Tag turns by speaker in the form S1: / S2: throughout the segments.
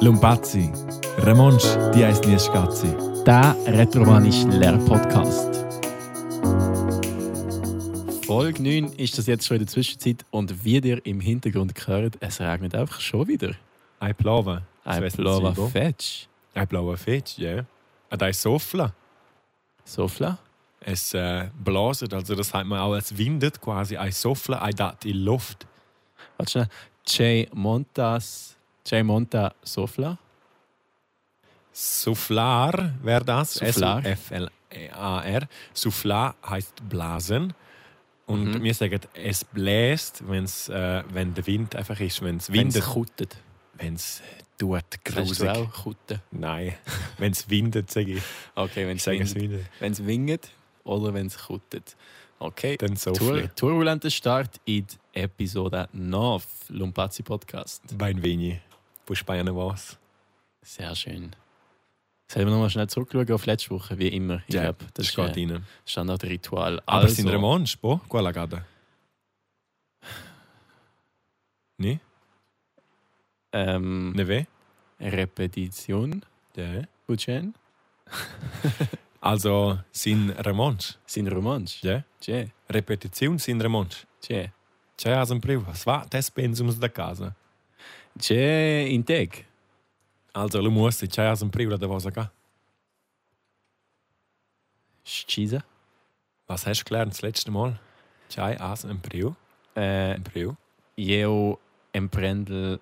S1: Lumpazzi, Ramonsch, die heisst nie Schatzi.
S2: Der retromanische Lehrpodcast. Folge 9 ist das jetzt schon in der Zwischenzeit und wie ihr im Hintergrund gehört, es regnet einfach schon wieder.
S1: Ein Plava.
S2: Ein blauer Fetsch.
S1: Ein blauer Fetsch, ja. Yeah. Und ein Sofla.
S2: Sofla?
S1: Es äh, blaset, also das sagt man auch, es windet quasi. Ein Sofla, ein Dat in Luft.
S2: Warte schnell. Jay Montas. Jay Monta Sofla.
S1: Soufflar wäre das.
S2: Soufflar.
S1: S-U-F-L-A-R. Soufflar heißt blasen. Und
S2: Mhm.
S1: wir sagen, es bläst, wenn's, äh, wenn der Wind einfach ist, wenn es
S2: Wenn es
S1: windet.
S2: kuttet.
S1: Wenn es tut,
S2: Kannst
S1: grusig.
S2: du auch kutten?
S1: Nein, wenn es windet, sage ich.
S2: Okay, wenn
S1: Ich
S2: es
S1: sage es
S2: windet.
S1: windet.
S2: Wenn's winget oder wenn es kuttet. Okay.
S1: Dann so
S2: Tur turbulenter Start in die Episode 9 Lumpazzi Podcast.
S1: Bein wenig. Wo Bayern was?
S2: Sehr schön. Sollen wir nochmal schnell zurückschauen auf letzte Woche, wie immer? Ich glaube, das ist
S1: geht
S2: ein
S1: rein.
S2: Standardritual.
S1: Aber
S2: Also,
S1: sind Remonsch, bo? Quella gada. Ni?
S2: ähm,
S1: Ne weh?
S2: Repetition,
S1: Ja.
S2: Gutschein,
S1: Also, sind Remonsch.
S2: sind Romansch.
S1: Ja.
S2: Tje,
S1: Repetition sind Remonsch.
S2: tje.
S1: C'è as un privo. Es war des Pensums da casa.
S2: Tje, in Teg.
S1: Also, lu musst, c'è as un privo da was ga.
S2: Schisa.
S1: Was hast du gelernt das letzte Mal? C'è as un privo.
S2: Äh,
S1: Un privo.
S2: Jeo emprendel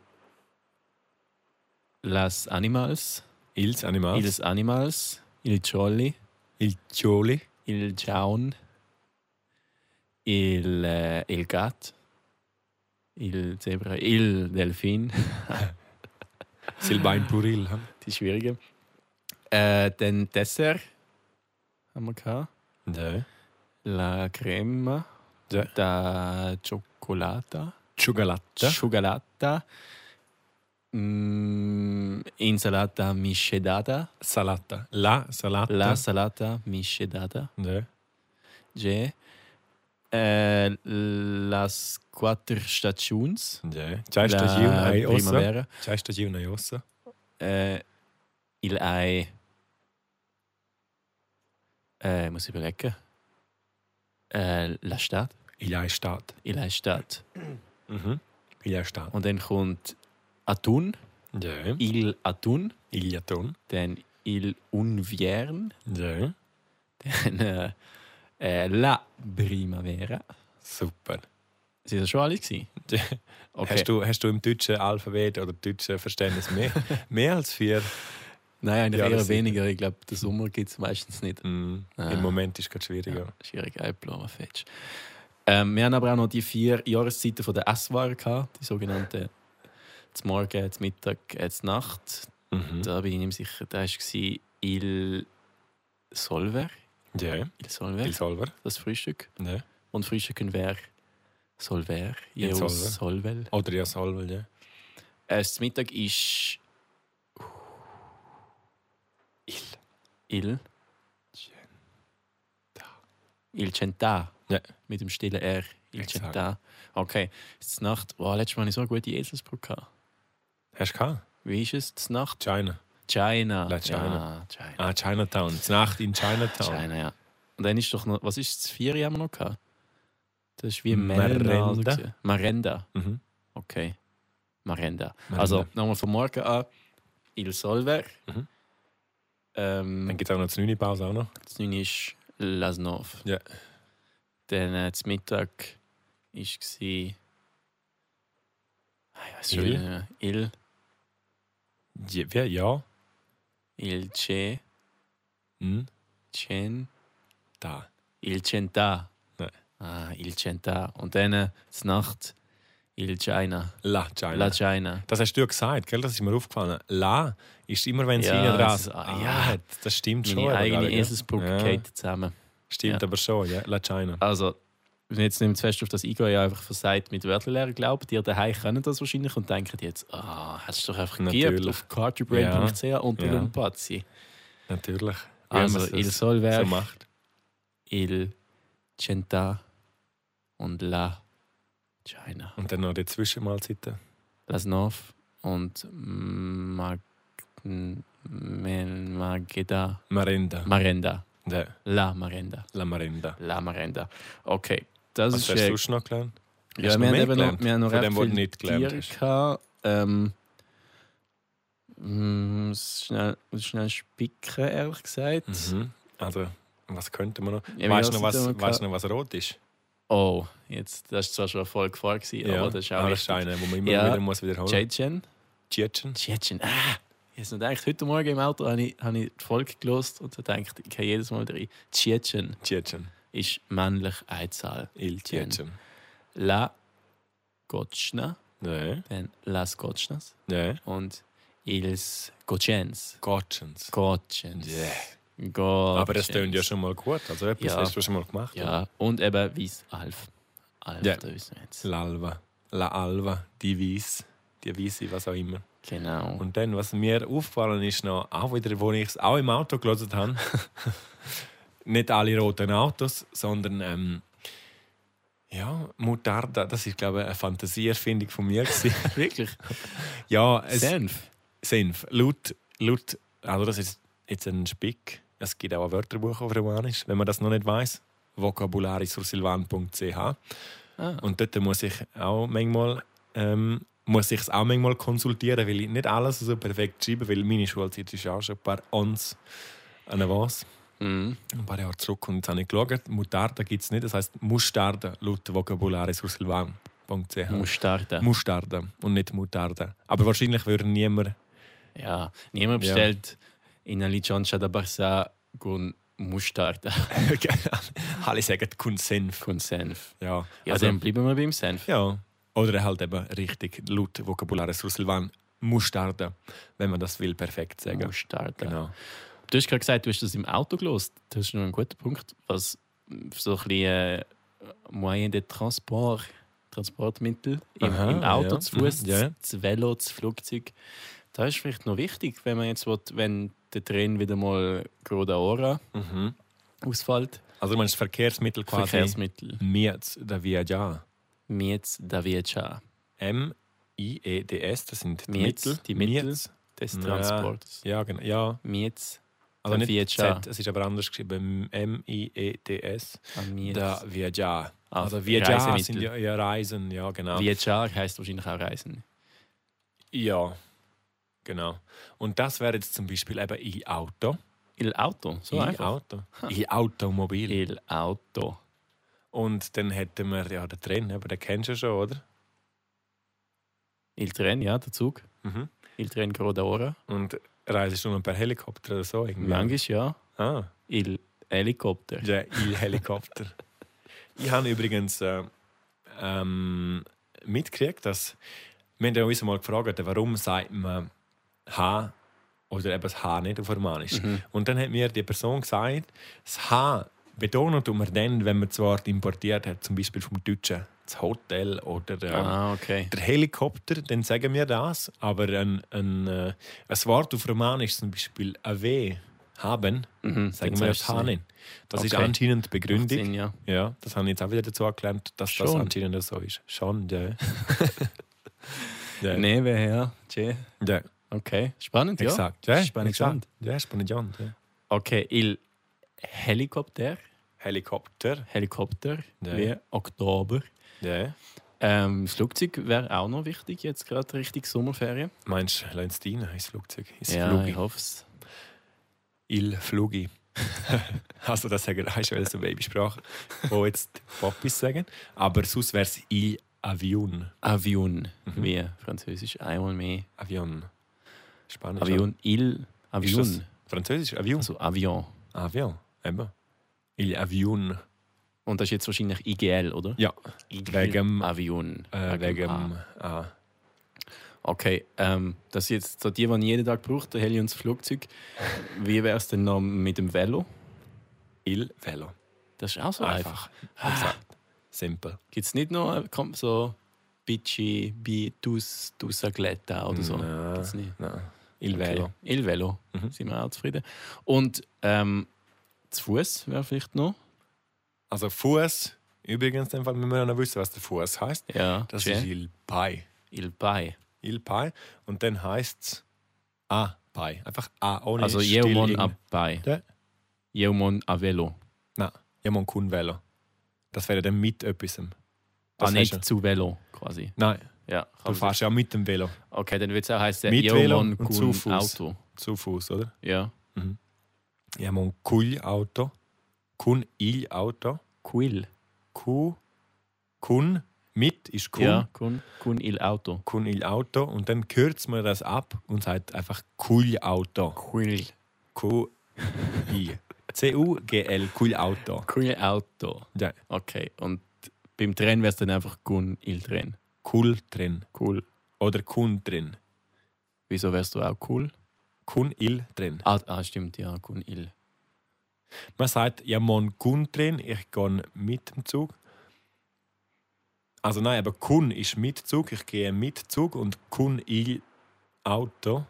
S2: las animals,
S1: Ils animals.
S2: ils animals, il jolly,
S1: Il cioli.
S2: il jaun, il, äh, il gat, il zebra, il delfin.
S1: Silbein puril. hm?
S2: die schwierige. Äh, dann Dessert haben wir gehabt.
S1: Ja.
S2: La Crema,
S1: Ja.
S2: da Cioccolata,
S1: Ciugalata.
S2: Cioccolata, mm, Insalata miscedata,
S1: Salata. La salata.
S2: la salata miscedata,
S1: Ja.
S2: G. Äh, las quattro stagions,
S1: Ja. C'è
S2: la
S1: stagione ai ossa.
S2: primavera,
S1: C'è stagione ai ossa.
S2: äh, il ei, äh, muss ich überlegen, äh, la Stadt,
S1: Il ei Staat.
S2: il ei Stadt.
S1: Mhm. Il ei Staat.
S2: Und dann kommt Atun,
S1: Ja.
S2: Il Atun,
S1: Il Jaton.
S2: dann Il Unviern,
S1: Ja.
S2: dann äh, äh, La Primavera.
S1: Super.
S2: Sind das schon alle gewesen?
S1: Ja.
S2: Okay.
S1: Hast, du, hast du im deutschen Alphabet oder deutschen Verständnis mehr, mehr als vier?
S2: Nein, eigentlich
S1: Ja, das
S2: eher
S1: sind-
S2: weniger. Ich glaube, den Sommer gibt es meistens nicht.
S1: Mhm.
S2: Ah.
S1: Im Moment ist es schwieriger.
S2: Schwierig, ein Blaumenfetsch. Ähm, wir haben aber auch noch die vier Jahreszeiten von der Esswaren gehabt, die sogenannten zum Morgen, zum Mittag, äh, zum Nacht.
S1: Mhm.
S2: Da bin ich nicht mehr sicher. Da war Il Solver.
S1: Ja.
S2: Il Solver,
S1: Il Solver.
S2: das Frühstück.
S1: Ja.
S2: Und frühstücken wäre Solver,
S1: In
S2: Jeus
S1: Solver.
S2: Solvel.
S1: Oder ja Solver, ja.
S2: Äh, das Mittag ist. Il. Il. Il Centa.
S1: Ja.
S2: Mit dem stillen R. Il
S1: Exakt.
S2: Centa. Okay. Das Nacht. Wow, letztes Mal hatte ich so eine gute Eselsbrücke. gehabt.
S1: Hast du gehabt?
S2: Wie ist es? Das Nacht?
S1: China.
S2: China.
S1: La China.
S2: Ja, China.
S1: Ah, Chinatown. Die Nacht in Chinatown.
S2: China, ja. Und dann ist doch noch. Was ist das Vieri haben wir noch gehabt? Das ist wie
S1: Marenda.
S2: Marenda. Also Marenda.
S1: Mhm.
S2: Okay. Marenda.
S1: Marenda.
S2: Also nochmal von morgen an. Il Solver.
S1: Mhm. Dann
S2: Ähm,
S1: gibt es auch noch die 9 Pause auch noch.
S2: das 9 ist Lasnov.
S1: Ja.
S2: Dann äh, zum Mittag ist gsi. Ah, Ich weiß schon
S1: Il?
S2: wieder nicht mehr. Il,
S1: Ja. wer- ja.
S2: Il Che,
S1: Mhm.
S2: Chen,
S1: Da.
S2: Il Centa.
S1: Nein.
S2: Ah, Il Centa. Und dann äh, zur Nacht Il China.
S1: La China.
S2: La China.
S1: Das hast du ja gesagt, gell? das ist mir aufgefallen. La ist immer, wenn es
S2: Ja,
S1: hinten dran
S2: das
S1: ist.
S2: ist-
S1: Ah,
S2: ja.
S1: ja, das stimmt schon.
S2: Meine
S1: aber gerade,
S2: eigene
S1: gell?
S2: Eselsbrücke
S1: Ja.
S2: geht zusammen.
S1: Stimmt
S2: Ja.
S1: aber schon, ja. La China.
S2: Also, wenn jetzt nicht fest auf das Ego ja einfach versagt mit Wörterlehrer glaubt, ihr daheim können das wahrscheinlich und denken jetzt, ah, hast du doch einfach geübt
S1: Natürlich.
S2: auf cartobrain.ch und
S1: Ja.
S2: Lumpazzi.
S1: Natürlich. Wie man
S2: Also,
S1: es
S2: il
S1: so
S2: Solver,
S1: macht.
S2: il Centa und la China.
S1: Und dann noch die Zwischenmahlzeiten.
S2: Lasnov und Magenta. M- Melmageda.
S1: Marenda.
S2: Marenda.
S1: Ja,
S2: La Marenda.
S1: La Marenda.
S2: La Marenda. Okay, das
S1: Was
S2: ist
S1: hast du
S2: äh,
S1: sonst noch gelernt? hast
S2: ja, wir,
S1: du
S2: haben
S1: noch mehr
S2: eben noch,
S1: gelernt?
S2: wir haben noch
S1: Von
S2: recht
S1: dem, was du
S2: viele
S1: nicht gelernt
S2: Tiere
S1: hast.
S2: gehabt. Ähm, mm, muss schnell, muss schnell spicken, ehrlich gesagt.
S1: Mhm. Also, was könnte man noch?
S2: Ja, wie
S1: weißt du noch,
S2: alt
S1: was,
S2: sind wir
S1: weißt
S2: gehabt?
S1: du noch, was rot ist?
S2: Oh, jetzt, das war zwar schon eine Folge vor, gewesen, aber das ist auch
S1: ah, das ist
S2: richtig.
S1: eine, wo man immer
S2: Ja.
S1: wieder muss wiederholen
S2: Tschetschen.
S1: Tschetschen.
S2: Tschetschen. Ah! Ich habe gedacht, heute Morgen im Auto habe ich, habe ich die Folge gelost und habe gedacht, ich gehe jedes Mal wieder rein. Tschetschen
S1: Tschetschen.
S2: ist männlich Einzahl.
S1: Il Tschetschen.
S2: La Gotschna,
S1: Nein.
S2: dann Las Gotschnas
S1: Nein.
S2: und Ils Gotschens.
S1: Gottschens.
S2: Gotschens.
S1: Yeah.
S2: Gotschens.
S1: Aber das tönt ja schon mal gut. Also, etwas
S2: Ja.
S1: hast du schon mal gemacht.
S2: Ja, und eben Weiss Alf. Alf,
S1: Ja.
S2: da wissen wir jetzt.
S1: L'Alva. La Alva. Die Weiss. Die Weisse, was auch immer.
S2: Genau.
S1: Und dann, was mir aufgefallen ist, noch, auch wieder, wo ich es auch im Auto gelesen habe, nicht alle roten Autos, sondern ähm, ja, Mutarda, das ist, glaube ich, eine Fantasieerfindung von mir. gewesen.
S2: wirklich?
S1: ja, es,
S2: Senf.
S1: Senf. Laut, laut, also das ist jetzt ein Spick. Es gibt auch ein Wörterbuch auf Romanisch, wenn man das noch nicht weiß. Vokabularissursilvan.ch
S2: Ah.
S1: und dort muss ich auch manchmal ähm, muss ich es auch manchmal konsultieren, weil ich nicht alles so perfekt schreibe, weil meine Schulzeit ist auch schon ein paar Ons an was,
S2: Mhm.
S1: ein paar Jahre zurück und jetzt habe ich geschaut, Mutarda gibt es nicht, das heißt Mustarda laut Vokabularissursilvan.ch
S2: Muss starten.
S1: Mustarda und nicht Mutarda. Aber wahrscheinlich würde niemand
S2: Ja, niemand
S1: Ja.
S2: bestellt in eine Lichancia da Barça con Mustard
S1: Alle sagen «kun Senf.
S2: con Senf.
S1: Ja,
S2: Ja,
S1: also,
S2: dann bleiben wir beim Senf.
S1: ja. Oder halt eben richtig laut Vokabularis Russelwan Mustarde, wenn man das will, perfekt sagen.
S2: Mustard.
S1: Genau.
S2: Du hast gerade gesagt, du hast das im Auto gelost. Das ist noch ein guter Punkt, was so ein bisschen äh, Moyen de Transport, Transportmittel im,
S1: Aha,
S2: im Auto,
S1: ja.
S2: zu Fuß,
S1: Mhm, ja.
S2: zu Velo, zu Flugzeug. Das ist vielleicht noch wichtig, wenn man jetzt will, wenn der Train wieder mal Groda Ora
S1: Mhm.
S2: ausfällt.
S1: Also man ist Verkehrsmittel quasi
S2: Verkehrsmittel.
S1: Mietz da Viaja.
S2: Mietz da Viacha.
S1: M I E D S, das sind die
S2: Mietz,
S1: Mittel.
S2: die Mittel.
S1: Mietz.
S2: des
S1: Ja.
S2: Transports.
S1: Ja, genau. Ja,
S2: Mietz,
S1: also
S2: Da
S1: nicht
S2: Viaja.
S1: Z, es ist aber anders geschrieben. M I E D S.
S2: an Mietz.
S1: Da Viaja.
S2: Ah,
S1: Also Viaja
S2: Reisemittel.
S1: sind ja, ja Reisen, ja genau.
S2: Viajar heisst wahrscheinlich auch Reisen.
S1: Ja, genau. Und das wäre jetzt zum Beispiel eben i Auto.
S2: Il Auto, so
S1: i
S2: einfach.
S1: Auto. i Automobil.
S2: Il Auto.
S1: Und dann hätten wir ja den Train, aber den kennst du schon, oder?
S2: Il Tren, ja, der Zug.
S1: Mhm.
S2: Il Tren Groda Ora.
S1: Und reist du nur per Helikopter oder so? Irgendwie.
S2: Manchmal, ja.
S1: Ah,
S2: Il Helikopter.
S1: der i-Helikopter. ich habe übrigens äh, ähm, mitgekriegt, dass wir haben ja uns mal gefragt, warum sagt man H oder eben das H nicht auf Romanisch.
S2: Mhm.
S1: Und dann hat mir die Person gesagt, das H betont man dann, wenn man das Wort importiert hat, zum Beispiel vom Deutschen, das Hotel oder ähm,
S2: Ah, okay.
S1: der Helikopter, dann sagen wir das. Aber ein, ein, äh, ein Wort auf Romanisch, zum Beispiel AW, haben,
S2: Mhm.
S1: sagen
S2: dann
S1: wir
S2: sagst
S1: das
S2: du
S1: H
S2: es nicht.
S1: nicht. Das ist
S2: Okay.
S1: anscheinend die
S2: Macht
S1: Begründung.
S2: Sinn, ja.
S1: Ja, das habe ich jetzt auch wieder dazu gelernt, dass das
S2: Schon.
S1: anscheinend so ist. Schon, ja. ja.
S2: Neve, ja. Che.
S1: ja.
S2: Okay, spannend, ja.
S1: Exakt. Ja,
S2: Spannend.
S1: exakt. Ja, spannend. Ja.
S2: Okay, Il Helikopter.
S1: Helikopter.
S2: Helikopter,
S1: Ja.
S2: wie Oktober.
S1: Ja.
S2: Ähm, das Flugzeug wäre auch noch wichtig, jetzt gerade richtig Sommerferien.
S1: Meinst du, Leinstein ist Flugzeug? Ist
S2: ja,
S1: Flugi.
S2: ich hoffe es.
S1: Il Flugi. also das sagen, das ist ja so Babysprache, wo jetzt die Papis sagen. Aber sonst wäre es Il Avion.
S2: Avion,
S1: Mhm.
S2: wie französisch, einmal mehr.
S1: Avion. Spanisch.
S2: Avion, il,
S1: Ist
S2: Avion.
S1: oder? Französisch, Avion.
S2: Also Avion.
S1: Avion, eben. Il Avion.
S2: Und das ist jetzt wahrscheinlich IGL, oder?
S1: Ja,
S2: IGL,
S1: wegen-
S2: Avion.
S1: äh, wegen
S2: A.
S1: ah.
S2: Okay, ähm, das sind jetzt so die, die ich jeden Tag brauche, der Heli und das Flugzeug. Wie wäre es denn noch mit dem Velo?
S1: Il Velo.
S2: Das ist auch so einfach.
S1: Einfach. Exakt. Simpel.
S2: Gibt es nicht noch äh, komm, so Bici, Bi, Dus, Dusagletta oder so?
S1: Nein,
S2: Gibt's nicht.
S1: nein. Il
S2: Okay.
S1: Velo.
S2: Il Velo.
S1: Mhm.
S2: Sind wir auch zufrieden. Und ähm, zu Fuß wäre vielleicht noch.
S1: Also Fuß, übrigens, in dem Fall müssen wir noch wissen, was der Fuß heißt.
S2: Ja,
S1: Das
S2: schön.
S1: ist Il Pai.
S2: Il Pai.
S1: Il Pai. Und dann heißt es A Pie. Einfach A, ohne
S2: Also
S1: Still
S2: Jeumon
S1: in-
S2: a Pai.
S1: Ja.
S2: Jeumon a Velo.
S1: Nein, Jeumon kun Velo. Das wäre dann mit etwas. Das
S2: Ah,
S1: hast du-
S2: nicht zu Velo quasi.
S1: Nein,
S2: Ja,
S1: du fährst ja mit dem Velo.
S2: Okay, dann würde es auch heißen
S1: Mit Velo
S2: Jeumon
S1: und
S2: kun
S1: zu Fuß.
S2: Auto.
S1: Zu Fuß, oder?
S2: Ja.
S1: Jeumon Kuil Auto. Kun Il Auto.
S2: Quill.
S1: Ku. Kun. Mit ist Kun.
S2: Ja, kun, kun il Auto.
S1: Kun Il Auto. Und dann kürzt man das ab und sagt einfach Kuil Auto.
S2: Quill.
S1: Q-I. C-U-G-L, cool Auto.
S2: Quill Auto.
S1: Ja,
S2: Okay, und beim Tren wäre es dann einfach kun il Tren.
S1: cool drin.
S2: Cool.
S1: Oder Kun drin.
S2: Wieso wärst du auch cool?
S1: Kun il drin.
S2: Ah, ah stimmt, ja, kun il.
S1: Man sagt, ja, mon Kun drin, ich gehe mit dem Zug. Also nein, aber Kun ist mit Zug, ich gehe mit Zug und Kun il Auto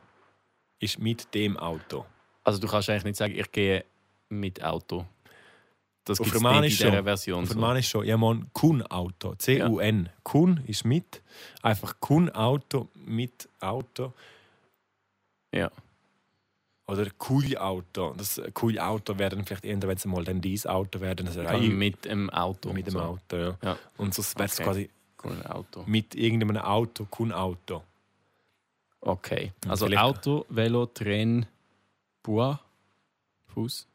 S1: ist mit dem Auto.
S2: Also du kannst eigentlich nicht sagen, ich gehe mit Auto. Das
S1: Auf
S2: gibt es nicht in
S1: Romanisch
S2: dieser
S1: schon.
S2: Version.
S1: Für
S2: so.
S1: man ist schon, ja, mon Kun Auto. C-U-N. Kun ist mit. Einfach Kun Auto mit Auto.
S2: Ja.
S1: Oder cool Auto. Das äh, cool Auto werden vielleicht irgendwann wenn es mal dann dieses Auto werden. Das
S2: Ja,
S1: ich,
S2: mit dem Auto.
S1: mit dem
S2: so.
S1: Auto, Hm. ja.
S2: Ja.
S1: Und sonst wäre es
S2: Okay.
S1: quasi
S2: Cool, Auto.
S1: mit irgendeinem Auto, kein Auto.
S2: Okay.
S1: Ja,
S2: Also
S1: Hm, vielleicht-
S2: Auto, Velo, Tren, Bois, Fuß,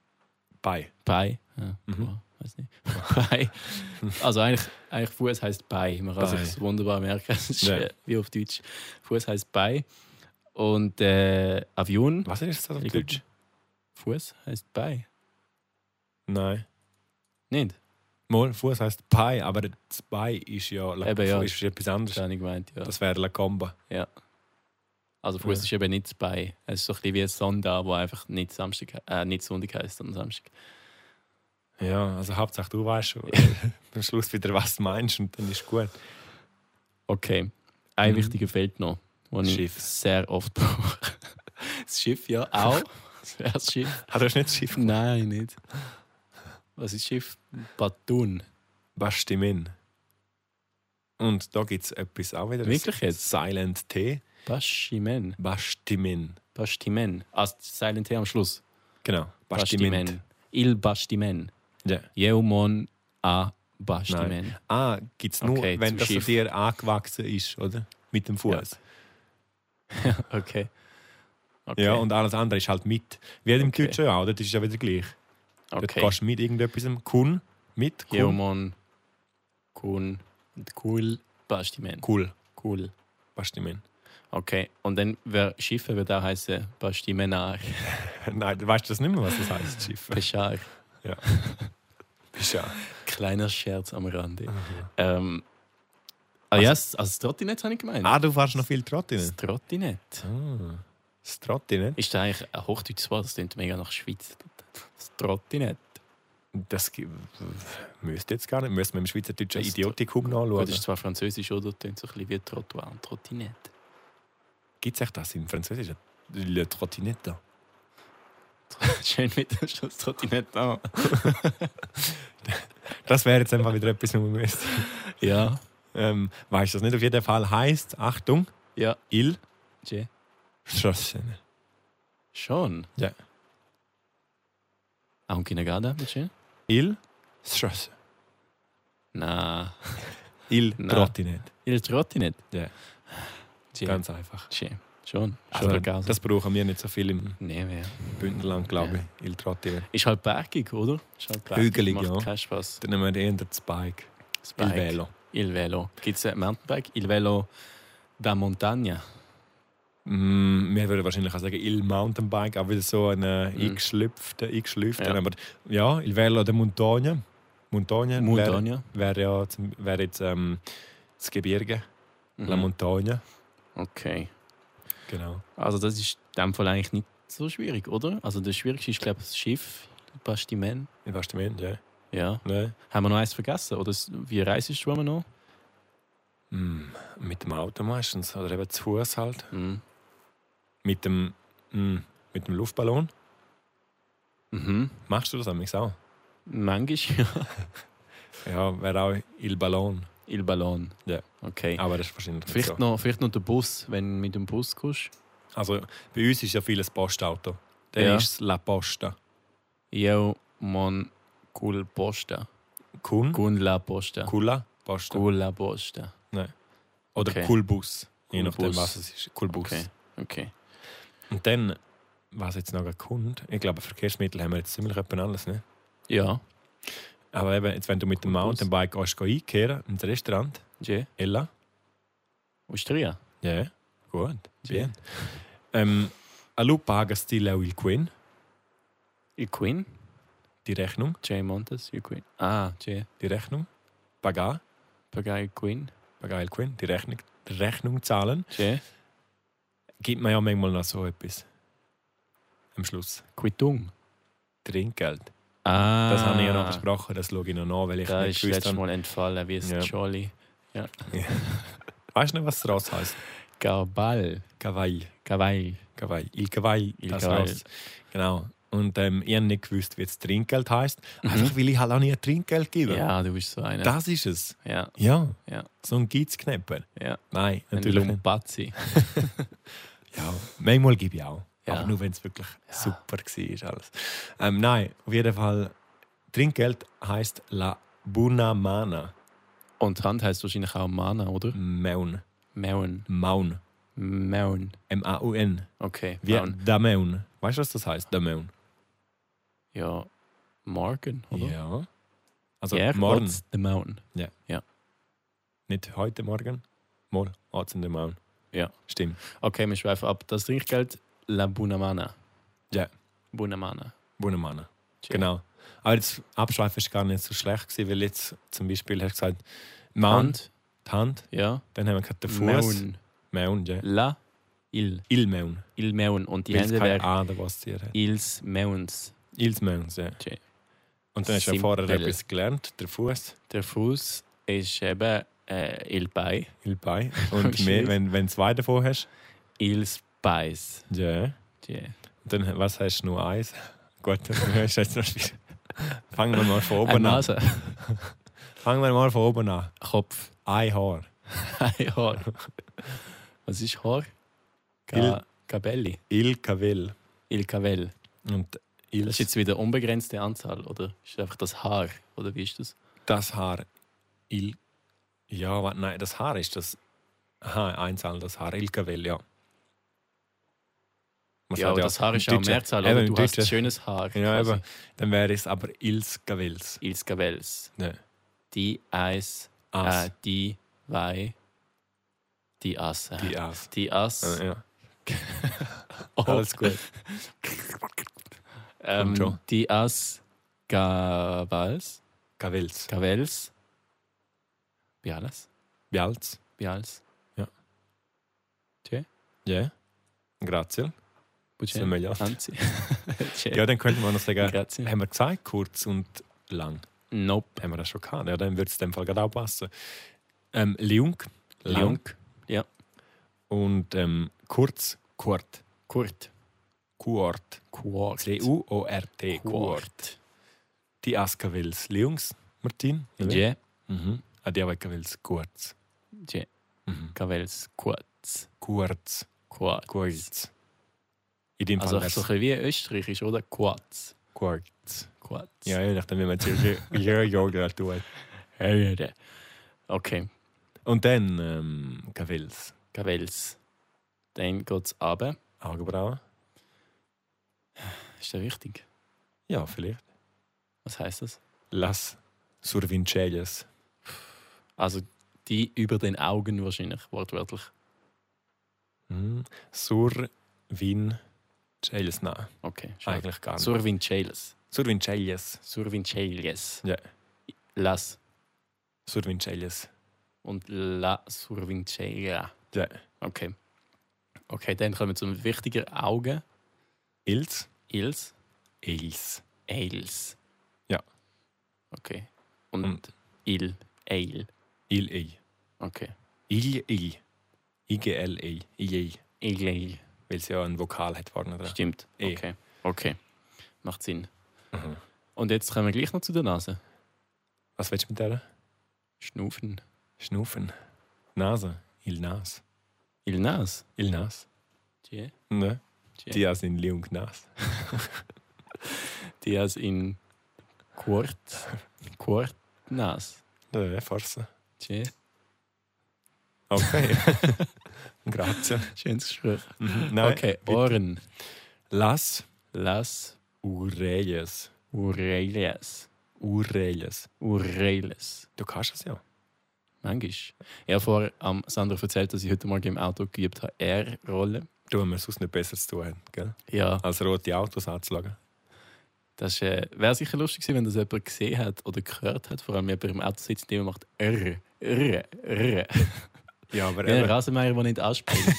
S1: Bei.
S2: Bei. Ja,
S1: Mhm.
S2: Bois, weiß nicht. Bei. Also eigentlich, eigentlich Fuß heißt Bei. Man kann
S1: Bei.
S2: sich wunderbar merken. Es ist,
S1: Ja.
S2: äh, Wie auf Deutsch. Fuß heißt Bei. Und äh, Avion,
S1: Was ist das auf
S2: Ich
S1: Deutsch?
S2: Fuß heißt Bei.
S1: Nein.
S2: Nicht?
S1: Mal, Fuß heißt Pi, aber das Pi ist ja, La-
S2: Eben, ja.
S1: Ist etwas anderes.
S2: Das habe ich gemeint, ja.
S1: Das wäre La Comba.
S2: Also Fuß
S1: Ja.
S2: ist eben nicht bei. Es ist so ein bisschen wie ein Sonntag, wo einfach nicht Samstag, he- äh, nicht Sonntag heißt, sondern Samstag.
S1: Ja, also Hauptsache du weißt äh, am Schluss wieder, was du meinst und dann ist gut.
S2: Okay. Ein
S1: Mhm.
S2: wichtiger Feld noch, wo ich
S1: Schiff.
S2: sehr oft brauche. Das Schiff, ja, auch. Das Schiff?
S1: Ah, du hast nicht das Schiff
S2: Nein, nicht. Was ist Schiff? Batun.
S1: Bastimin. Und da gibt es etwas auch wieder. das
S2: Wirklich jetzt?
S1: Silent T.
S2: Bashimen.
S1: Bastimin.
S2: Bastimen. Also Silent T am Schluss.
S1: Genau. Bastimin.
S2: Bastimen. Il Bastimen.
S1: Ja.
S2: Jeumon a Bastimen.
S1: Ah, gibt es nur,
S2: Okay,
S1: wenn
S2: zum
S1: das
S2: Schiff.
S1: dir angewachsen ist, oder? Mit dem Fuß.
S2: Okay. okay.
S1: Ja. und alles andere ist halt mit. Wie im
S2: Okay.
S1: Deutschen auch, das ist ja wieder gleich. Du
S2: okay. um-
S1: gehst mit irgendetwas, Kun, mit, Kun,
S2: Jeumon kun cool Bastimen.
S1: cool.
S2: Cool.
S1: Bastimin.
S2: Okay. Und dann wer Schiffe wird auch heißen Bastimenar.
S1: Nein, du weißt das nicht mehr, was das heißt, Schiff.
S2: Peschar.
S1: Ist ja.
S2: Kleiner Scherz am Rande. Ähm, ah ja, das also das Trottinett habe ich gemeint.
S1: Ah, du fährst noch viel
S2: Das
S1: Trottinett.
S2: Trottinett.
S1: Ah, das Trottinett?
S2: Ist das eigentlich ein hochdeutsches Wort? Das klingt mega nach Schweiz. Das Trottinett.
S1: Das gi- müsste jetzt gar nicht. Müsste man im Schweizerdeutschen
S2: Das-
S1: Idiotikum
S2: Gut, Das
S1: nachschauen.
S2: ist zwar französisch, oder? Das klingt so ein bisschen wie Trottoir und Trottinett.
S1: Gibt es echt das im Französischen? Le Trottinette.
S2: Schön mit dem Schluss Trottinett an.
S1: Das wäre jetzt einfach wieder etwas, wo man müsste.
S2: Ja.
S1: Ähm, weißt du das nicht? Auf jeden Fall heißt, Achtung,
S2: Ja.
S1: Il ne?
S2: Je.
S1: Strassen.
S2: Schon?
S1: Ja.
S2: Auch im Kindergarten, bitte?
S1: Il Strassen.
S2: Na,
S1: Il
S2: Nein.
S1: Trottinette.
S2: ihr Trottinett?
S1: Ja.
S2: Tja,
S1: Ganz einfach.
S2: tja. Schon. Schon
S1: Also,
S2: der Gase.
S1: das brauchen wir nicht so viel im
S2: Nee, mehr.
S1: Bündnerland, glaube ich. Il Trottinette.
S2: Ist halt bergig, oder? Ist halt
S1: Hügelig,
S2: Macht
S1: ja.
S2: keinen Spaß.
S1: Dann nehmen wir eher das Bike.
S2: Das
S1: Il
S2: Bike.
S1: Velo.
S2: Il Velo. Gibt es ein Mountainbike? Il Velo da Montagna.
S1: Mm, wir würden wahrscheinlich auch sagen, il Mountainbike, auch wieder so ein äh,
S2: Mm.
S1: eingeschlüpfter, eingeschlüpfter.
S2: Ja.
S1: Aber ja, il Velo de Montagne. Montagne wäre
S2: Montagna.
S1: wär ja zum- wär jetzt ähm, das Gebirge, la
S2: Mhm.
S1: Montagne.
S2: Okay.
S1: Genau.
S2: Also das ist in dem Fall eigentlich nicht so schwierig, oder? Also das Schwierigste ist, glaube ich, das Schiff. Bastiment.
S1: In Bastiment, ja.
S2: Ja.
S1: Nein.
S2: Haben wir noch eins vergessen? Oder s- wie reisest du immer noch?
S1: Mm, mit dem Auto meistens, oder eben zu Fuß halt.
S2: Mhm.
S1: Mit dem, mm, mit dem Luftballon.
S2: mhm.
S1: Machst du das eigentlich auch?
S2: Manchmal, ja.
S1: Ja, wäre auch il Ballon.
S2: Il Ballon.
S1: Ja.
S2: Okay.
S1: Ah, Aber das ist wahrscheinlich nicht
S2: Vielleicht
S1: so.
S2: noch, vielleicht noch der Bus, wenn du mit dem Bus kommst.
S1: Also bei uns ist ja vieles Postauto. Dann
S2: Ja.
S1: ist es La Posta.
S2: Yo, mon cul posta.
S1: Kun?
S2: Cun la posta.
S1: Kula? Posta.
S2: Cul la posta.
S1: Oder
S2: Okay.
S1: Kulbus. Je
S2: Kulbus.
S1: nachdem, was es ist. Kulbus.
S2: Okay. Okay.
S1: Und dann, was jetzt noch kommt, ich glaube, Verkehrsmittel haben wir jetzt ziemlich etwa alles. Ne?
S2: Ja.
S1: Aber eben, jetzt, wenn du mit dem
S2: Kulbus.
S1: Mountainbike gehst, geh einkehren ins Restaurant,
S2: Je.
S1: Ella,
S2: Austria.
S1: ja, gut,
S2: Ja.
S1: bien. Ähm, «Allo pagas ti la il quen?»
S2: Il Queen.
S1: Die Rechnung,
S2: J Montes. Il Queen. Ah, J.
S1: die Rechnung. Pagar,
S2: Pagai il Queen.
S1: pagar il quen, die Rechnung, die Rechnung zahlen.
S2: J.
S1: Gibt man ja manchmal noch so etwas. Am Schluss.
S2: Quittung.
S1: Trinkgeld.
S2: Ah.
S1: Das habe ich ja noch besprochen, das schaue ich noch nach, weil ich
S2: Da
S1: nicht
S2: ist
S1: gewusst
S2: letztes
S1: habe.
S2: Mal entfallen, wie es
S1: Ja.
S2: Jolly.
S1: Weißt du noch, was das Ross heisst?
S2: Gabal.
S1: Kawaii.
S2: Kawail.
S1: Kawaii. Il Kawaii.
S2: Il
S1: das
S2: Kawaii.
S1: Ross. Genau. Und ähm, ich habe nicht gewusst, wie das Trinkgeld heisst. Einfach weil ich halt auch nie ein Trinkgeld gebe.
S2: Mhm. Ja, du bist so einer.
S1: Das ist es.
S2: ja,
S1: Ja.
S2: Ja.
S1: So ein Geizknäpper.
S2: ja.
S1: Nein,
S2: Ein
S1: natürlich nicht.
S2: Lumpazzi.
S1: Ja. Manchmal gebe ich auch.
S2: Ja.
S1: Aber nur, wenn es wirklich super war. Alles. Ähm, nein, auf jeden Fall. Trinkgeld heisst La Buna Mana.
S2: Und Hand heißt wahrscheinlich auch Mana, oder?
S1: Maun.
S2: Maun.
S1: Maun.
S2: Maun.
S1: M-A-U-N.
S2: Okay.
S1: Wie
S2: Maun.
S1: Dameun. Weißt du, was das heißt? Dameun.
S2: Ja. Morgen, oder?
S1: Ja. Also
S2: Yeah,
S1: morgen,
S2: what's the mountain?
S1: nicht heute Morgen. Morgen, Arzt in der Maun.
S2: Ja.
S1: Stimmt.
S2: Okay, wir schweifen ab. Das Trinkgeld La Bunamana.
S1: Ja.
S2: Bunamana.
S1: Wunder Mann.
S2: Tja.
S1: Genau. Aber das Abschleifen war gar nicht so schlecht, gewesen, weil jetzt zum Beispiel hast du gesagt, Maun,
S2: Hand.
S1: die Hand,
S2: Ja.
S1: dann haben wir gerade den Fuß.
S2: Maun.
S1: Maun, ja.
S2: La Il.
S1: Il Maun.
S2: Il Maun. Und die
S1: Weil es
S2: Hände
S1: kein
S2: wären
S1: A, der was dir hat.
S2: Ils Mauns.
S1: Ils Mauns, ja.
S2: Tja.
S1: Und dann hast du ja
S2: Simpel.
S1: vorher etwas gelernt, der Fuß,
S2: Der Fuß ist eben äh, Il Bai.
S1: Il Bein. Und
S2: Oh,
S1: mehr,
S2: shit.
S1: wenn, wenn du zwei davon hast,
S2: Il Spice.
S1: ja.
S2: Yeah.
S1: Dann, was hast du nur eins? Gut, das ist jetzt noch schwierig. Fangen wir mal von
S2: Ein
S1: oben an.
S2: Nase.
S1: Fangen wir mal von oben an.
S2: Kopf.
S1: Ein Haar.
S2: Ein Haar. Was ist Haar? Ka
S1: Il-
S2: Cabelli.
S1: Il Cavell.
S2: Il Cavell.
S1: Und il,
S2: Das ist jetzt wieder unbegrenzte Anzahl, oder? Ist einfach das Haar, oder wie ist das?
S1: das Haar. Il. Ja, warte, nein, das Haar ist das. Aha, einzeln das Haar. Il Cavell, ja. Man
S2: ja,
S1: sagt
S2: aber das Haar ist
S1: im
S2: ja auch
S1: Deutschen-
S2: Mehrzahl,
S1: eben,
S2: oder?
S1: im
S2: Du hast
S1: Deutschen-
S2: schönes Haar.
S1: Ja,
S2: quasi.
S1: eben. Dann wäre es aber Ils Cavells.
S2: Il Cavells.
S1: Nein.
S2: Die Eis, äh,
S1: As.
S2: die Wei, die Ass. äh,
S1: Die As.
S2: Die Ass.
S1: Äh, Ja.
S2: Oh.
S1: Alles gut.
S2: Ähm,
S1: Kommt schon.
S2: die Ass Gavals.
S1: Cavells.
S2: Cavells. Bialas.
S1: Bialz.
S2: Bials.
S1: Ja. Grazie.
S2: Bucci.
S1: Sind wir ja.
S2: Anzi.
S1: Ja, dann könnte man noch sagen,
S2: Grazie.
S1: haben wir gesagt, kurz und lang.
S2: Nope.
S1: Haben wir das schon gehabt? Ja, dann würde es in dem Fall gerade auch passen. Ähm, Liung, lang
S2: Jung. Ja.
S1: und ähm, kurz, Quart.
S2: Kurt.
S1: Quart.
S2: Quart.
S1: C-U-O-R-T. Quart.
S2: Quart.
S1: Die Askavils. Liungs, Martin?
S2: Je.
S1: Mhm. Ah, die Askavils, kurz.
S2: Je.
S1: Mhm.
S2: Cavells. Quart.
S1: Kurz.
S2: Quart.
S1: Kurz. In dem
S2: Also
S1: Fall
S2: so ein
S1: also,
S2: bisschen wie österreichisch, oder? Quatz.
S1: kurz.
S2: Quatz.
S1: Ja, je nachdem, wie man es ja, ja, tut.
S2: Herde. Okay,
S1: Und dann ähm, Kavils.
S2: Gavels. Dann geht's runter.
S1: Augenbrauen?
S2: Ist das wichtig?
S1: Ja, vielleicht.
S2: Was heißt das?
S1: Las Survincelles.
S2: Also die über den Augen wahrscheinlich, wortwörtlich.
S1: Mhm. Sur Vin Chales, nein,
S2: Okay, schade.
S1: eigentlich gar nicht. Sur,
S2: Sur Vinceles.
S1: Vin Chales.
S2: Sur Vinceles.
S1: Ja.
S2: Las
S1: Sur Vin Chales.
S2: und La Sur Vincella.
S1: Ja.
S2: Okay. Okay, dann kommen wir zum wichtigen Augen.
S1: Ils?
S2: Ils.
S1: Ils.
S2: Ails.
S1: Ja. Hm.
S2: Okay. Und,
S1: Und-
S2: Il. Ail.
S1: Il ei.
S2: Okay.
S1: Il ei. IGL ei. Il ei.
S2: Il. Ail.
S1: Weil es ja ein Vokal hat vorne dran.
S2: Stimmt.
S1: Eh.
S2: Okay. Okay. Macht Sinn.
S1: Mhm.
S2: Und jetzt kommen wir gleich noch zu der Nase.
S1: Was willst du mit der?
S2: Schnufen.
S1: Schnufen. Nase. Il Nas.
S2: Il Nas.
S1: Il Nas.
S2: Die,
S1: Ne?
S2: die,
S1: Die sind Leon Gnas.
S2: Diaz in Quart. Quartnas.
S1: Ne, Farce.
S2: Tje.
S1: Okay. Grazie.
S2: Schönes Gespräch.
S1: Mhm. Nein.
S2: okay,
S1: bitte.
S2: Ohren.
S1: Las
S2: Las
S1: Ureyes.
S2: Urelias.
S1: Ureyes.
S2: Ureles.
S1: Du kannst es ja.
S2: Manchmal. Ich habe vorher am Sandro erzählt, dass ich heute Morgen im Auto geübt habe, R-Rolle.
S1: Du haben wir sonst nicht besser zu tun, haben, gell?
S2: Ja,
S1: als rote Autos anzuschauen.
S2: das äh, wäre sicher lustig gewesen, wenn das jemand gesehen hat oder gehört hat. Vor allem jemand im Auto sitzt, der macht R, R, R.
S1: Ja, aber
S2: Wie ein
S1: eben,
S2: Rasenmeier, der nicht anspringt.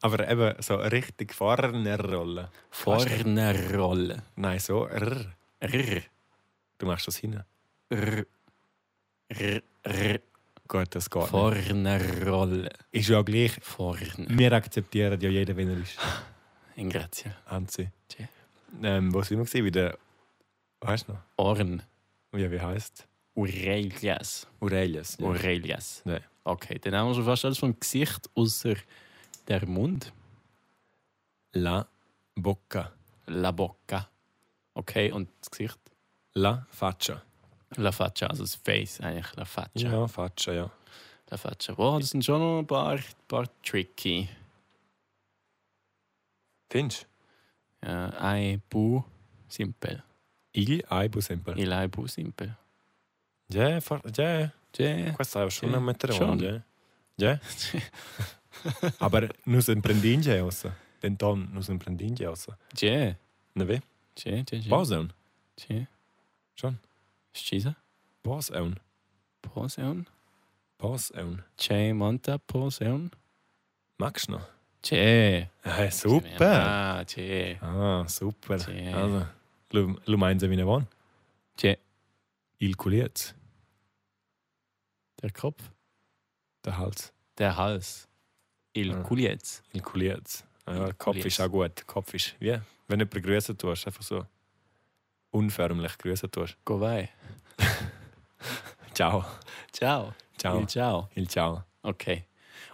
S1: aber eben so richtig Fahrerrolle.
S2: Vorne Rolle.
S1: Nein, so. Rrr.
S2: R,
S1: Du machst das hin.
S2: R, R, R.
S1: Gut, das geht. nicht.
S2: Vorne Rolle.
S1: Ist ja gleich.
S2: Vorne.
S1: Wir akzeptieren ja jeden, wenn er ist.
S2: In Grazia.
S1: Hansi.
S2: Tja.
S1: Ähm, wo sind wir gewesen? Bei der. Weißt du noch?
S2: Ohren.
S1: Ja, wie heißt
S2: Aurelias.
S1: Aurelius. Ja.
S2: Aurelias.
S1: Nein.
S2: Okay, dann haben wir schon fast alles vom Gesicht außer der Mund.
S1: La bocca.
S2: La bocca. Okay, und das Gesicht?
S1: La faccia.
S2: La faccia, also das Face eigentlich. La faccia.
S1: Ja, faccia, ja.
S2: La faccia. Wow, das sind schon noch ein paar, paar tricky.
S1: Findest
S2: Ja, ein Bu simpel.
S1: du? Il aibo sempre.
S2: Il ein Bu simpel.
S1: Ja, fa- ja.
S2: Cioè,
S1: Questa è
S2: Sì,
S1: una
S2: schon.
S1: metrona. Ja. Aber Ah, nous imprendiamo aus. Den Ton nous imprendiamo aus.
S2: cioè,
S1: Ne weh?
S2: cioè, cioè, cioè.
S1: Boseun.
S2: Cioè.
S1: Schon.
S2: Scisa.
S1: Boseun.
S2: Poseon.
S1: Boseun.
S2: C'è monta poseon.
S1: Magst du noch?
S2: C'è.
S1: Hey, Eh, super.
S2: Ah, c'è.
S1: Ah, super.
S2: Sì.
S1: Also, lu, lu meinst du, wie ne
S2: C'è.
S1: Il Kuliez.
S2: Der Kopf.
S1: Der Hals.
S2: Der Hals. Il
S1: Ah.
S2: Kuliez.
S1: Il Kuliez. Ja,
S2: Il
S1: Kopf
S2: Kuliez.
S1: ist auch gut. Kopf ist, wie? Wenn du jemanden grüßen tust, einfach so unförmlich grüßen tust.
S2: Govai.
S1: Ciao.
S2: Ciao.
S1: Ciao.
S2: Il ciao.
S1: Il ciao.
S2: Okay.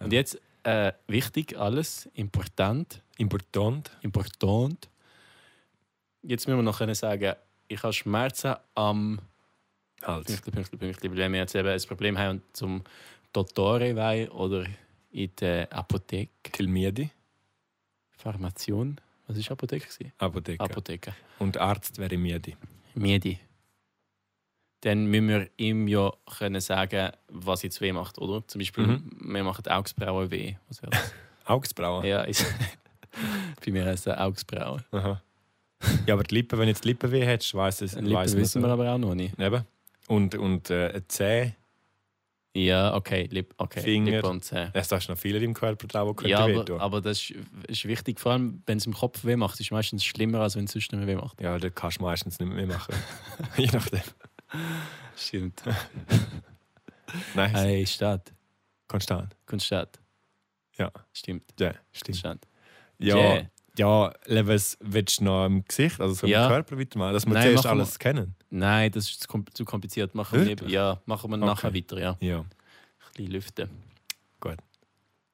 S2: Und jetzt äh, wichtig alles, important,
S1: Important.
S2: important. Jetzt müssen wir noch können sagen, ich habe Schmerzen am
S1: Hals.
S2: Pünktli, Pünktli, Pünktli, weil wir jetzt eben ein Problem haben und zum Dottore wollen oder in der Apotheke.
S1: Til Miedi.
S2: Pharmation. Was ist Apotheke? gewesen?
S1: Apotheke.
S2: Apotheke.
S1: Und Arzt wäre Miedi.
S2: Miedi. Dann müssen wir ihm ja können sagen, was jetzt weh macht, oder? Zum Beispiel,
S1: Mhm.
S2: wir machen die Augsbrauen weh. Was wäre das?
S1: Augsbrauen.
S2: Ja, ist, bei mir heißt er Augsbrauen.
S1: Aha. Ja, aber die Lippen, wenn du jetzt die Lippen weh hättest, weiss es. weiss
S2: Lippen
S1: man
S2: wissen
S1: so.
S2: wir aber auch noch nicht.
S1: Eben. Und, und äh, eine Zähne.
S2: Ja, okay, Lip, okay.
S1: Finger.
S2: Lippe und Zähne.
S1: Es hast noch viele im Körper drauf, die könnte
S2: Ja,
S1: wehtun.
S2: aber, aber das ist, ist wichtig, vor allem wenn es im Kopf weh macht, ist es meistens schlimmer, als wenn es sonst nicht mehr weh macht.
S1: Ja, das kannst du meistens nicht mehr machen. Je nachdem.
S2: Stimmt.
S1: Nein, es-
S2: Hey, Stadt.
S1: konstant.
S2: Kunststadt.
S1: Ja.
S2: Stimmt.
S1: Ja, stimmt.
S2: Kunststadt.
S1: Ja,
S2: Yeah.
S1: ja Levels willst du noch im Gesicht, also so
S2: Ja.
S1: im Körper weitermachen, dass wir
S2: Nein,
S1: zuerst
S2: machen wir-
S1: alles kennen.
S2: Nein, das ist zu, kom zu kompliziert. Machen wir, nicht,
S1: Wirklich?
S2: ja, machen wir nachher weiter. Ja. Ein
S1: Ja,
S2: bisschen lüften.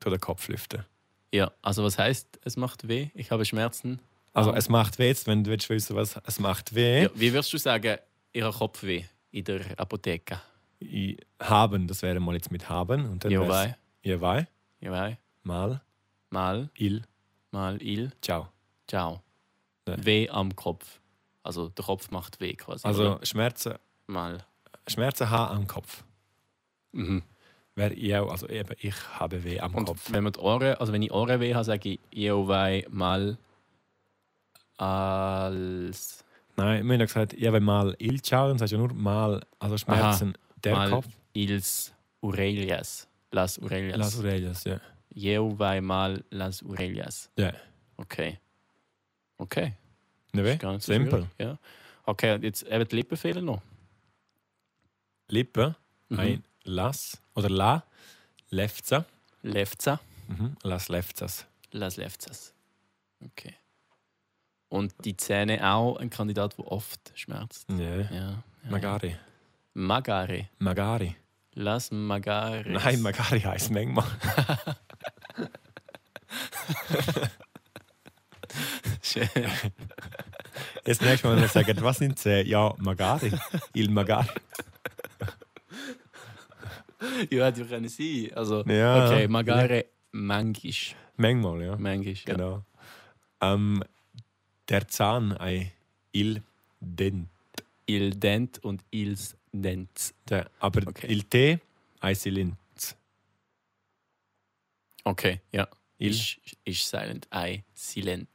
S1: tu den Kopf lüften.
S2: Ja, also was heißt, es macht weh? Ich habe Schmerzen.
S1: Also
S2: Ah.
S1: es macht weh jetzt, wenn du willst wissen, was es macht weh.
S2: Ja, wie würdest du sagen, ich habe Kopfweh in der Apotheke?
S1: I- Haben, das wäre mal jetzt mit haben. Und dann
S2: Ja,
S1: wär's-
S2: wei.
S1: Ja, wei.
S2: Ja, wei.
S1: Mal.
S2: Mal,
S1: Il.
S2: mal, il,
S1: Ciao.
S2: ciao.
S1: Nein.
S2: Weh am Kopf. Also der Kopf macht weh quasi.
S1: Also
S2: oder?
S1: Schmerzen,
S2: mal.
S1: Schmerzen haben am Kopf.
S2: Mhm.
S1: Wäre ich auch, also eben, ich habe weh am
S2: Und
S1: Kopf.
S2: wenn man die Ohren, also wenn ich Ohren weh habe, sage ich, yo, wei, mal, als,
S1: Nein, wir haben ja gesagt, ja, wenn mal il ciao, dann sagst du nur mal, also Schmerzen der
S2: mal
S1: Kopf.
S2: ils Aurelias. Las Aurelias.
S1: Las Aurelias, ja.
S2: Yo, wei, mal, las Aurelias.
S1: Ja.
S2: Okay. Okay.
S1: Ne
S2: Ist gar
S1: weh?
S2: nicht so
S1: Simpel.
S2: schwierig, Ja. Okay, und jetzt eben die Lippen fehlen noch. Mhm.
S1: Lippe, ein Las oder La, Lefza.
S2: Lefza.
S1: Mhm. Las Lefzas.
S2: Las Lefzas. Okay. Und die Zähne auch ein Kandidat, der oft schmerzt.
S1: Ja.
S2: Ja. ja.
S1: Magari.
S2: Magari.
S1: Magari.
S2: Las Magari.
S1: Nein, Magari heißt manchmal.
S2: Schön.
S1: Das nächste Mal, wenn er sagt, was sind sie? Ja, Magari. Il Magari.
S2: ja, hätte ja können sein. Also,
S1: Ja.
S2: okay, Magare, mangisch.
S1: Manchmal, ja.
S2: Mangisch, ja.
S1: Genau. Ähm, der Zahn, ein Il Dent.
S2: Il dent und ils dent.
S1: Der- Aber
S2: Okay.
S1: Il T, ein Silenz.
S2: Okay, ja.
S1: Il,
S2: Isch, isch silent, ei, silent.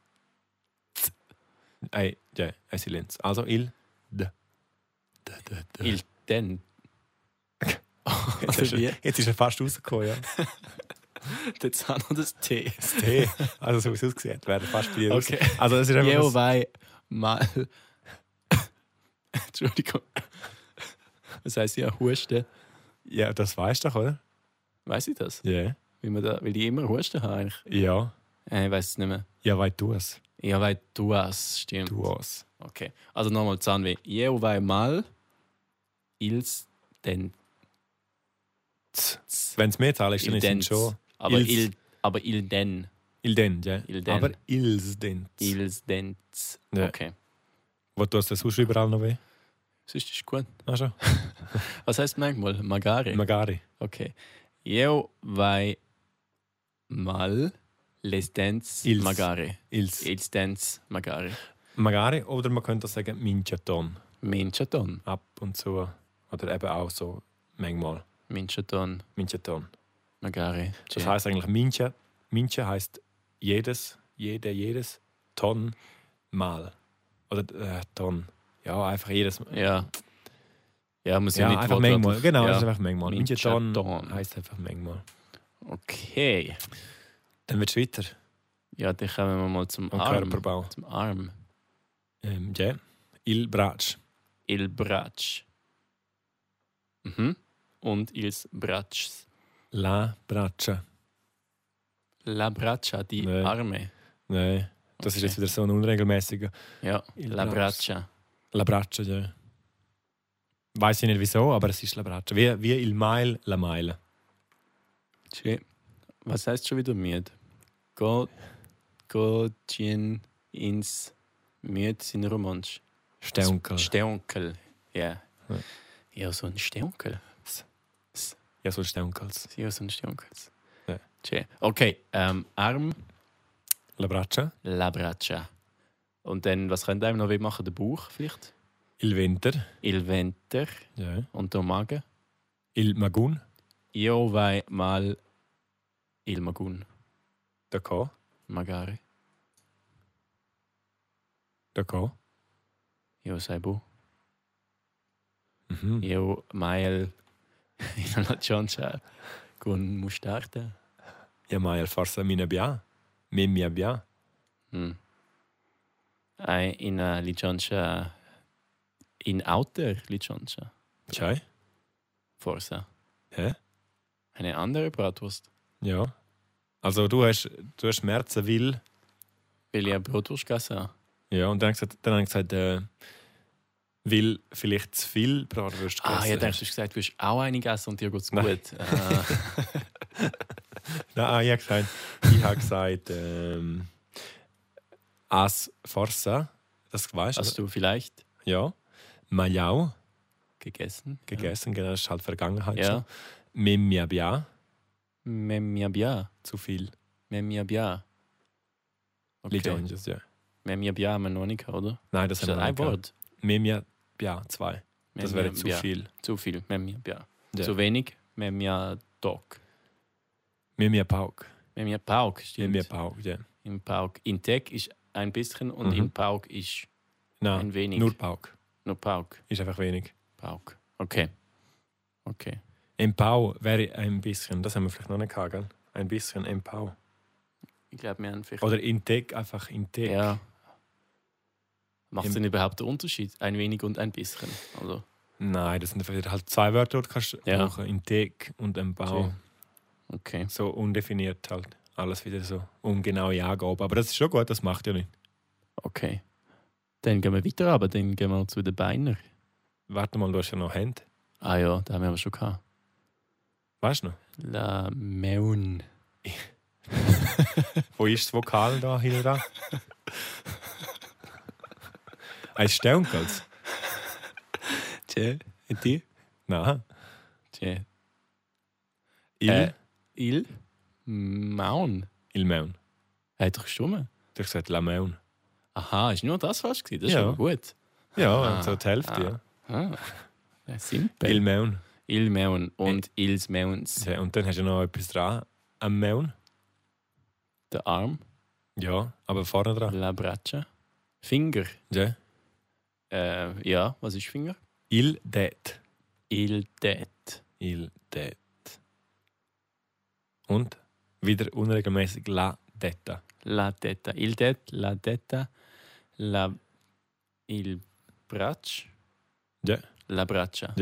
S1: ein, ja, ein Silenz. Also Il D. D, d, d.
S2: Il dent.
S1: Jetzt,
S2: Also
S1: ist
S2: wie?
S1: er, jetzt ist er fast rausgekommen, ja.
S2: Der Zahn und das T.
S1: Das T. Also so wie es ausgesehen hat, wäre er fast bei dir raus.
S2: Okay.
S1: Also das ist einfach
S2: Jeo
S1: das-
S2: wei mal. Entschuldigung. Das heisst ja Husten.
S1: Ja, das weißt du doch, oder?
S2: Weiß ich das?
S1: Ja.
S2: Weil, man da, weil ich immer Husten habe eigentlich.
S1: Ja.
S2: Äh, ich weiß es nicht mehr.
S1: Ja, weil du es.
S2: Ja, weil du hast, stimmt.
S1: Du es.
S2: Okay. Also nochmal Zahnweh. Jeo wei mal. Ils dent.
S1: Wenn es mehr Zahlen ist, dann
S2: Il
S1: ist
S2: dent.
S1: es schon.
S2: Aber
S1: Ils.
S2: il, aber il den.
S1: Il Dent, ja.
S2: Il Dent.
S1: Aber Ils Dent.
S2: Ils dent.
S1: Ja.
S2: Okay.
S1: Wo tust du das sonst überall noch weh?
S2: Sonst ist gut.
S1: Ah, schon.
S2: Was heißt manchmal? Magari.
S1: Magari.
S2: Okay. Jeo vai mal les dents
S1: Ils.
S2: magari.
S1: Ils.
S2: Ils dents magari.
S1: Magari oder man könnte auch sagen Minchaton.
S2: Minchaton.
S1: Ab und zu. Oder eben auch so manchmal.
S2: Minchaton
S1: Minchaton.
S2: magari.
S1: Das
S2: Ja.
S1: heißt eigentlich Mincha. Mincha heißt jedes, jede, jedes Ton mal. Oder äh, Ton. Ja, einfach jedes Mal.
S2: Ja. Ja, muss ja,
S1: Ja,
S2: nicht
S1: einfach
S2: wortwörtlich-
S1: manchmal. Genau,
S2: ja.
S1: das ist einfach manchmal. Minchaton
S2: Minchaton.
S1: heißt einfach manchmal.
S2: Okay.
S1: Dann wird es weiter.
S2: Ja, dann kommen wir mal zum
S1: Am
S2: Arm.
S1: Körperbau.
S2: Zum Arm.
S1: Ähm, ja. Il Bratsch.
S2: Il braccio. Mhm. Und ils braccio.
S1: La Bratscha.
S2: La braccia, die
S1: Nee.
S2: Arme.
S1: Nein, das ist
S2: Okay.
S1: jetzt wieder so ein unregelmäßiger.
S2: Ja,
S1: Il
S2: la
S1: braccio.
S2: braccia.
S1: La Bratscha, ja. Weiß ich nicht wieso, ne oh, aber es ist La Bratscha. Wie, wie Il Mail, La Meile.
S2: Tschö. Was heißt schon wieder müde? Go, go gehen ins Müde in Romansch.
S1: Steunkel.
S2: Steunkel. Ja.
S1: Ja.
S2: Ja, so ein Steunkel.
S1: Ja, so Steunkels.
S2: Ja, so ein Steunkel.
S1: Ja.
S2: Tschö. Okay, ähm, Arm,
S1: La Bratscha.
S2: la braccia. Und dann, was könnte einem noch weh machen? Der Bauch vielleicht?
S1: Il Winter.
S2: Il venter
S1: Ja.
S2: und der Magen.
S1: Il Magun.
S2: Io vai mal il magun,
S1: Da Ko.
S2: magari.
S1: Da Ko.
S2: Io sai bu.
S1: Mhm.
S2: Io mail in una ciancia con mustarda.
S1: Ja, Mail, Farsa Mina ne Bia. Mimia Bia.
S2: Mm.
S1: Hm.
S2: Ai in a licencia in outer licencia,
S1: Tschei.
S2: forse.
S1: Hä?
S2: Eine andere Bratwurst.
S1: Ja. Also, du hast, du hast Schmerzen, weil.
S2: Will ja Bratwurst gegessen.
S1: Ja, und dann habe ich gesagt, dann habe ich gesagt äh, weil vielleicht zu viel Bratwurst
S2: Ah, ja,
S1: gegessen
S2: denkst du hast gesagt, du hast auch eine gegessen und dir geht's
S1: Nein.
S2: gut. Ah,
S1: Nein, ah, ich habe gesagt, ich habe gesagt, ähm, as forza, das weißt du?
S2: hast du vielleicht
S1: Ja. Majau
S2: gegessen?
S1: gegessen, genau, das ist halt Vergangenheit.
S2: Ja.
S1: schon. Mimia bia,
S2: Memia bia.
S1: zu viel.
S2: Memia bia.
S1: Okay. Lidonges, ja.
S2: Memia bia haben wir noch nicht, oder?
S1: Nein, das
S2: Ist
S1: haben wir
S2: das ein
S1: nicht gehabt.
S2: Wort?
S1: Mimia bia, zwei. Das
S2: Memia
S1: wäre zu
S2: bia.
S1: viel.
S2: Zu viel. Memia bia.
S1: Ja.
S2: Zu wenig. Memia doc.
S1: Mimia pauk.
S2: Memia pauk. Stimmt.
S1: Mimia pauk, ja.
S2: In pauk. In tech ist ein bisschen und
S1: Mhm.
S2: in pauk ist
S1: Nein,
S2: ein wenig.
S1: nur pauk.
S2: Nur pauk.
S1: Ist einfach wenig.
S2: Pauk. Okay. Okay.
S1: Ein Pau wäre ein bisschen, das haben wir vielleicht noch nicht gehabt, gell? Ein bisschen ein Pau.
S2: Ich glaube, wir haben vielleicht.
S1: Oder in Tech, einfach in Tech.
S2: ja. Macht es
S1: Im-
S2: denn überhaupt einen Unterschied? Ein wenig und ein bisschen. Also,
S1: Nein, das sind halt zwei Wörter, die du kannst
S2: Ja.
S1: brauchen. In Tech und ein Bau.
S2: Okay. okay.
S1: So undefiniert halt. Alles wieder so ungenaue Angaben. Aber das ist schon gut, das macht ja nicht.
S2: Okay. Dann gehen wir weiter, aber dann gehen wir zu den Beiner.
S1: Warte mal, du hast ja noch Hände.
S2: Ah ja, da haben wir aber schon gehabt.
S1: Weißt du noch?
S2: La Meun.
S1: Wo ist das Vokal da hier da? Ein Steunkels?
S2: Tje. Und die?
S1: Nein.
S2: Tje.
S1: Il,
S2: Äh. Il. Maun.
S1: il Maun.
S2: Er hat doch gestummen.
S1: Du hast gesagt La Maun.
S2: Aha, ist nur das fast gewesen. Das ist
S1: Ja.
S2: aber gut.
S1: Ja,
S2: Ah,
S1: so die Hälfte.
S2: ah.
S1: Ja.
S2: Ah. Ja,
S1: Il
S2: simpel. Äh.
S1: Maun.
S2: Il Maun und Ils Mauns.
S1: Ja, Und dann hast du noch etwas dran. Am Maun.
S2: Der Arm.
S1: Ja, aber vorne dran.
S2: La Braccia. Finger.
S1: Ja.
S2: Äh, ja, was ist Finger?
S1: Il Det.
S2: Il Det.
S1: Il Det. Und wieder unregelmäßig La Detta.
S2: La Detta. Il Det. La Detta. La. Il Braccia.
S1: Ja.
S2: La Braccia.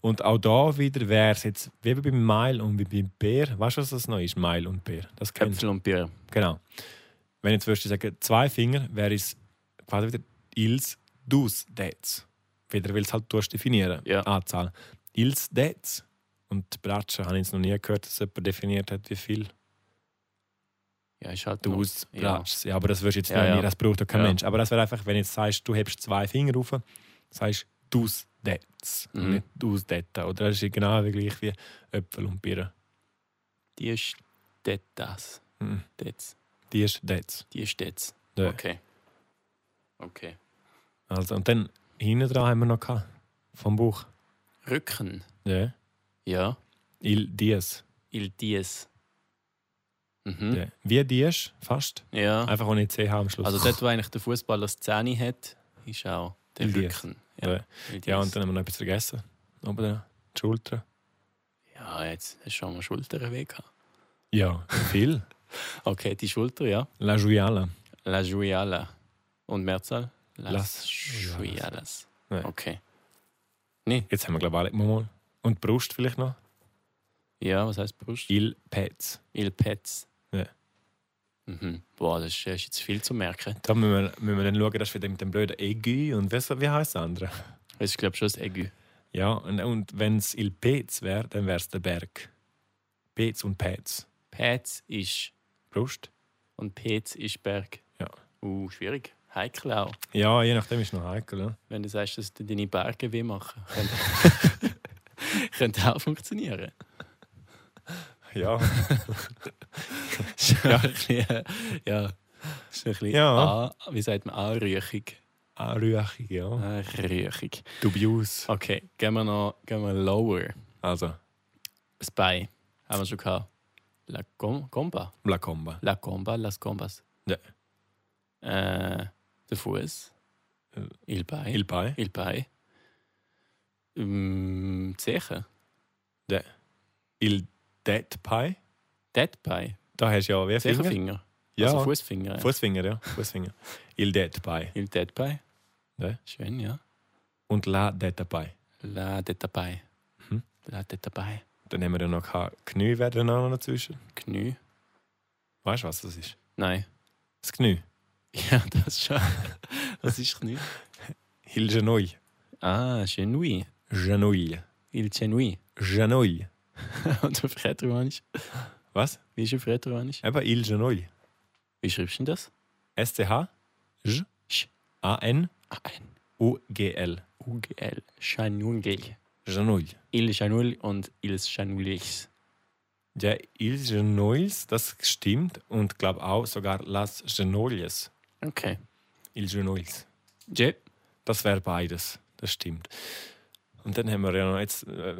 S1: Und auch da wieder wäre es jetzt wie bei Mile und wie bei Bär. Weißt du, was das noch ist? Mile und Bär. Das kennst du.
S2: Köpfel und Bier.
S1: Genau. Wenn jetzt würdest du sagen, zwei Finger, wäre es quasi wieder ils, dus, dets. Wieder, weil es halt du definieren
S2: Ja.
S1: Anzahl. Ils, dets. Und Bratsche habe ich jetzt noch nie gehört, dass jemand definiert hat, wie viel.
S2: Ja, ist halt noch-
S1: Dus,
S2: Ja.
S1: Bratsch. Ja, aber das würdest du jetzt
S2: Ja,
S1: noch nie,
S2: ja.
S1: das braucht doch kein
S2: Ja.
S1: Mensch. Aber das wäre einfach, wenn du jetzt sagst, du hebst zwei Finger auf, sagst dus, dets.
S2: Mhm.
S1: Nicht dus, detta. Oder das ist genau gleich wie Äpfel und Birnen.
S2: Die ist det, das.
S1: Mhm.
S2: Det.
S1: Die ist das.
S2: Die ist det.
S1: Ja.
S2: Okay. Okay.
S1: Also, und dann hinten dran haben wir noch gehabt, vom Buch.
S2: Rücken.
S1: Ja.
S2: Ja.
S1: Il dies.
S2: Il dies. Mhm.
S1: Ja. Wie dies, fast.
S2: Ja.
S1: Einfach ohne CH am Schluss.
S2: Also dort, wo eigentlich der Fußballer das Zähne hat, ist auch der
S1: Il dies.
S2: Rücken.
S1: Ja.
S2: Il dies.
S1: ja, und dann haben wir noch etwas vergessen. Oben dran. Die Schulter.
S2: ja, jetzt hast du schon mal Schulter weg.
S1: Ja, viel.
S2: Okay, die Schulter, ja.
S1: La Juliala.
S2: La Juiala. Und Mehrzahl?
S1: Las
S2: Juialas.
S1: Nein.
S2: Okay.
S1: Jetzt haben wir, glaube ich, alle mal. Und die Brust vielleicht noch.
S2: Ja, was heißt Brust?
S1: Il Pets.
S2: Il Pets.
S1: Ja.
S2: Mhm. Boah, das ist das ist jetzt viel zu merken.
S1: Da müssen wir, müssen wir dann schauen, dass wir dann mit dem blöden Egü und was, wie heißt das andere?
S2: Das ist, glaube ich, schon das Egü.
S1: Ja, und, und wenn es Il Pets wäre, dann wäre es der Berg. Pets und Pets.
S2: Pets ist
S1: Brust.
S2: und Pets ist Berg.
S1: Ja.
S2: Uh, schwierig. Heikel auch.
S1: Ja, je nachdem ist noch heikel. Ne?
S2: Wenn du sagst, dass du deine Berge weh machen. könnte- Könnte auch funktionieren.
S1: Ja.
S2: Ist ja. ein bisschen, äh, ja. Ist ein bisschen
S1: Ja.
S2: A, wie sagt man, anrüchig.
S1: Anrüchig, Ah, ja.
S2: Anrüchig.
S1: Dubios.
S2: Okay, gehen wir noch gehen wir lower.
S1: Also,
S2: Das Bein haben wir schon gehabt. La com Comba.
S1: La Comba.
S2: La Comba, las Combas.
S1: Ja.
S2: Äh, der Fuß.
S1: Äh,
S2: Il Bein.
S1: Il Pai.
S2: Il Pai. Mm, Zeche.
S1: Il Det Pai.
S2: Dead Pai.
S1: Da hast du ja wie Finger?
S2: Zechefinger.
S1: Ja,
S2: Also Fußfinger.
S1: Fußfinger, ja. Fußfinger. Il Det Pai.
S2: Il Dead Pai.
S1: Ja.
S2: Schön, ja.
S1: Und La Det Pai.
S2: La Detta Pai.
S1: Mhm.
S2: La Detta Pai.
S1: Dann haben wir ja noch gehabt. Knie wäre dann auch noch dazwischen.
S2: Knie.
S1: Weißt du, was das ist?
S2: Nein.
S1: Das Knie.
S2: Ja, das schon. Was ist Knie?
S1: Il Genouille.
S2: Ah, Genouille.
S1: Genouille.
S2: Il Genouille.
S1: Genouille.
S2: Und auf Rätoromanisch.
S1: Was?
S2: Wie ist auf Rätoromanisch?
S1: Eben Il Genouille.
S2: Wie schreibst du denn das?
S1: S-C-H. J.
S2: Sch.
S1: A. N.
S2: Ah, ein
S1: U. G. L.
S2: UGL. Chanungel.
S1: Genouille.
S2: Il Chanul und Il Chanulix.
S1: Ja, Il Genouilles, das stimmt. Und glaube auch sogar Las Genouilles.
S2: Okay.
S1: Il Genouilles.
S2: Je.
S1: Das wäre beides, das stimmt. Und dann haben wir ja noch jetzt, äh,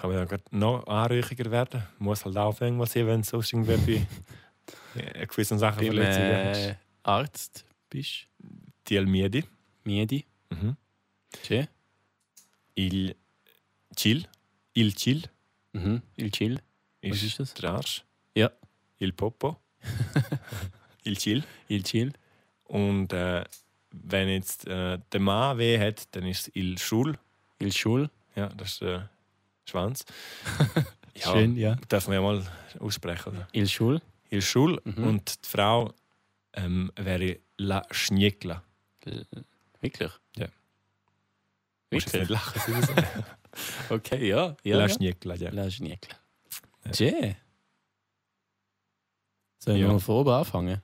S1: kann man ja grad noch anrüchiger werden. Muss halt auch irgendwas sein, wenn du sonst irgendwie bei äh, gewissen Sachen
S2: Beim
S1: Verletzungen hast.
S2: äh, Arzt bist.
S1: Tiel Miedi,
S2: Miedi.
S1: mhm.
S2: Je.
S1: Il Chill, Il Chill
S2: Mhm. Il Chill. Was
S1: ist
S2: ist das?
S1: der Arsch.
S2: Ja.
S1: Il Popo, Il Chill.
S2: Il Chill.
S1: Und äh, wenn jetzt äh, der Mann weh hat, dann ist es Il Schul.
S2: Il Schul.
S1: Ja, das ist der Schwanz. ja,
S2: Schön, ja.
S1: Darf man ja mal aussprechen. Oder?
S2: Il Schul.
S1: Il Schul
S2: Mhm.
S1: und die Frau ähm, wäre La Schniekla.
S2: L- Wirklich?
S1: Ja. Musst jetzt nicht
S2: Wirklich?
S1: lachen. sie wissen.
S2: Okay, ja. ja,
S1: La
S2: ja.
S1: Schniekla, ja.
S2: La Schniekla.
S1: Ja.
S2: Je. Sollen wir
S1: Ja.
S2: mal von oben anfangen?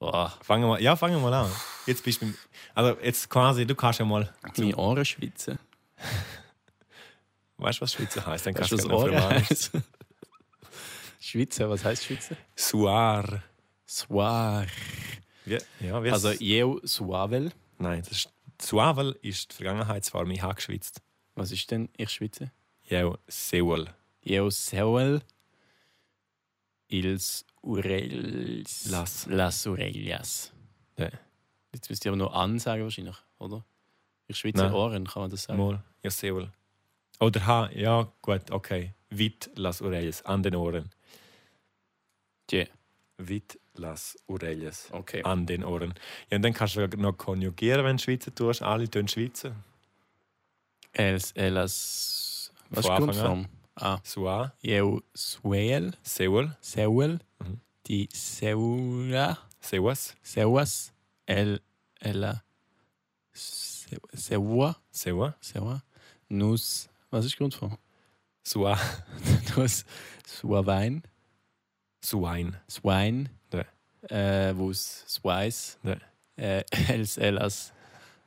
S2: Boah,
S1: Fangen wir mal, ja, fangen wir mal an. Jetzt bist du. beim- Also, jetzt quasi, du kannst ja mal.
S2: meine Ohren schwitzen.
S1: Weißt du, was Schweizer heißt? Dann
S2: Weißt
S1: kannst
S2: du,
S1: du
S2: was
S1: es noch
S2: Ohren
S1: fragen.
S2: heisst? Schwitzen, was heißt Schwitzen?
S1: Suar.
S2: Soir.
S1: Wie, ja, wie
S2: Also,
S1: also,
S2: jeu suavel.
S1: nein, das ist, Suavel ist die Vergangenheitsform. Ich habe geschwitzt.
S2: Was ist denn ich schwitze?
S1: Ja, Seul.
S2: Jeu seuel. Ils urels.
S1: Las.
S2: Las Aurelias.
S1: Ja.
S2: Jetzt müsst ihr aber nur ansagen, wahrscheinlich, oder? Ich schwitze
S1: Nein.
S2: Ohren, kann man das sagen?
S1: Mal. Ja, Seul. Oder H. Ja, gut, okay. Wit las Orelles. An den Ohren.
S2: Tje.
S1: Wit las Orelles.
S2: Okay.
S1: An den Ohren. Ja, und dann kannst du sogar noch konjugieren, wenn du Schweizer tust. Alle tun Schweizer.
S2: Els, elas. Was
S1: Von
S2: kommt
S1: Anfang
S2: vom? Ah,
S1: Sua,
S2: jeu suel.
S1: Seul,
S2: Seuel,
S1: Mhm.
S2: die Seula,
S1: Seuas,
S2: Seuas, el, ela, Se- Seua,
S1: Seua,
S2: Seua, nus, was ist Grundform?
S1: Sua,
S2: Nus, Suawein,
S1: Suain.
S2: Swein,
S1: Ja.
S2: äh, wus, Sweis,
S1: Ja.
S2: äh, els, elas,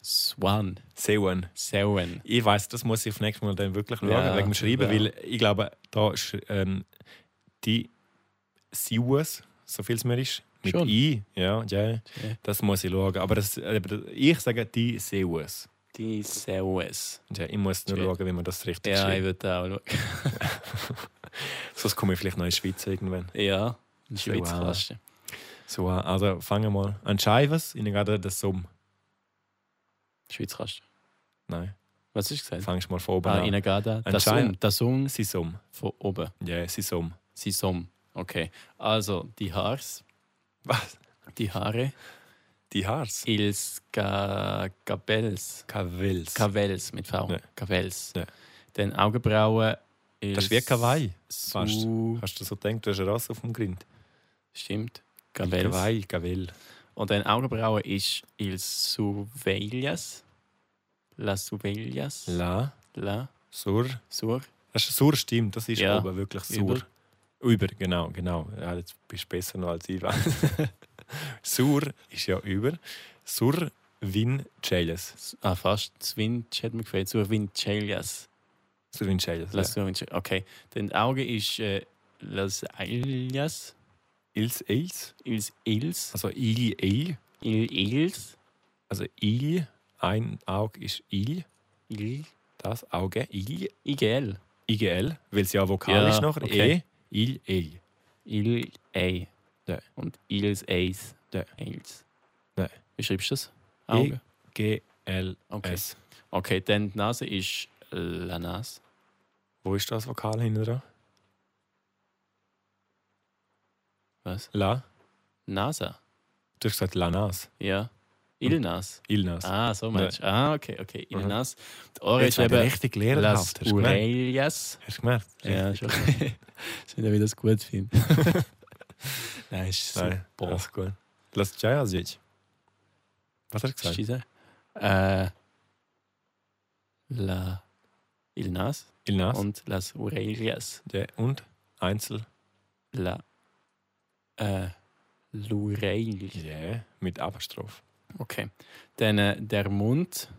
S2: Swan,
S1: Seuen.
S2: Seuen.
S1: Ich weiß, das muss ich auf nächstes Mal dann wirklich schauen,
S2: Ja,
S1: wegen dem Schreiben,
S2: ja.
S1: weil ich glaube, da ist ähm, die Sius, so viel es mir ist, mit
S2: Schon.
S1: I, ja, ja,
S2: Ja.
S1: das muss ich schauen. Aber das, äh, ich sage die Sius.
S2: Die Seues.
S1: Ja, ich muss nur
S2: Ja.
S1: schauen, wie man das richtig
S2: Ja, ich
S1: schreibt.
S2: würde auch schauen.
S1: Sonst komme ich vielleicht noch in die Schweiz irgendwann.
S2: Ja, ein
S1: Seua.
S2: Schweizer Kasten.
S1: So, also fangen wir mal an. Scheibes, in gerade das Summ.
S2: Schweizer Kasten.
S1: Nein,
S2: Was ist gesagt?
S1: fangst mal von oben
S2: Ah,
S1: an.
S2: Inagada,
S1: Ein
S2: das
S1: Schein.
S2: Um, das Um
S1: Sie Summ.
S2: von oben.
S1: Ja, sie Summ.
S2: Sie som. Okay. Also, die Haars,
S1: Was?
S2: die Haare,
S1: Die Haars?
S2: ils ga, Gabels.
S1: Kavils.
S2: Kavels mit V.
S1: Ja.
S2: Kavels.
S1: Ja.
S2: Dann Augenbrauen.
S1: Das ist wie Kawaii. fast.
S2: Su,
S1: Hast du so gedacht, du hast eine Rasse auf dem Grind?
S2: stimmt. Kavels.
S1: Kawaii, Kavel.
S2: Und dann Augenbrauen ist ils Suvelias. Las Suvelias.
S1: La,
S2: La.
S1: Sur.
S2: Sur.
S1: Das ist Sur, stimmt. Das ist
S2: Ja.
S1: oben wirklich Sur.
S2: Über.
S1: Über, genau, genau. Ja, jetzt bist du besser noch als ich. sur ist ja über. Sur Vin Celes.
S2: S- Ah, fast. Swinch hat mir gefällt. Sur Vincelias.
S1: Sur Vin Celes. Ja.
S2: Lass ja. Okay. Dann Auge ist äh, Las Illas,
S1: Ils Eils.
S2: Ils Ils,
S1: Also Il Il.
S2: Il Ils,
S1: Also Il. Ein Auge ist Il.
S2: Il,
S1: Das Auge. Il.
S2: IGL,
S1: IGL. Weil es ja Vokal
S2: Ja,
S1: ist noch.
S2: okay.
S1: E. Il Il.
S2: Il A.
S1: Ja.
S2: Und Ils Eis.
S1: Ja.
S2: Ils.
S1: Ja.
S2: Wie schreibst du das? Auge.
S1: G. L.
S2: Okay.
S1: S.
S2: Okay, dann die Nase ist La Nase.
S1: Wo ist das Vokal hinten dran?
S2: Was?
S1: La.
S2: NASA.
S1: Du hast gesagt Lanas.
S2: Ja. Il Nas.
S1: Ilnas.
S2: Ah, so meinst du. Ah, okay, okay. Il
S1: Hm. Mhm.
S2: Nas. Die Ohren ist
S1: eben
S2: eben
S1: richtig
S2: Las
S1: lehrerhaft. Hast du gemerkt?
S2: Aurelias.
S1: Hast du gemerkt?
S2: Ja,
S1: Richtig.
S2: schon. Sind ja wieder das gut finde. Nein, ist
S1: Nein,
S2: super.
S1: alles gut. Lass Jaya sich. Was hast du
S2: Was ist
S1: gesagt?
S2: dieser? Äh, la Ilnas
S1: Ilnas. Und?
S2: und las Aurelias.
S1: Ja, und? Einzel.
S2: La äh, Lureil.
S1: Yeah. Mit Apostroph.
S2: Okay. Dann äh, der Mund.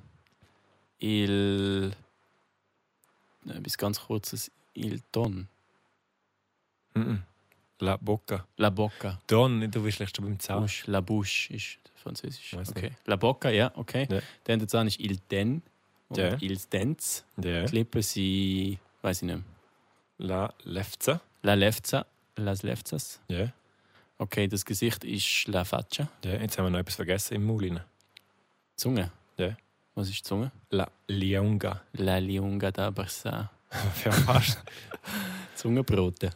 S2: Il. Äh, bis ganz kurzes Il Don.
S1: Mhm. La Boca.
S2: La Bocca.
S1: Don, du bist schlecht beim Zahn.
S2: Bouche, la Bouche ist französisch.
S1: Weiß
S2: Okay. La Bocca, ja, okay.
S1: Ja.
S2: Dann der Zahn ist Il Den und
S1: Ja.
S2: Il Dens.
S1: Ja.
S2: Die Lippen sind, weiß ich nicht mehr.
S1: La Lefza.
S2: La Lefza, Las Lefzas.
S1: Ja.
S2: Okay, das Gesicht ist La Faccia.
S1: Ja, jetzt haben wir noch etwas vergessen im Mulin.
S2: Zunge.
S1: Ja.
S2: Was ist die Zunge?
S1: La Leonga.
S2: La Liunga da Barsa.
S1: ja, fast.
S2: Zungenbrote.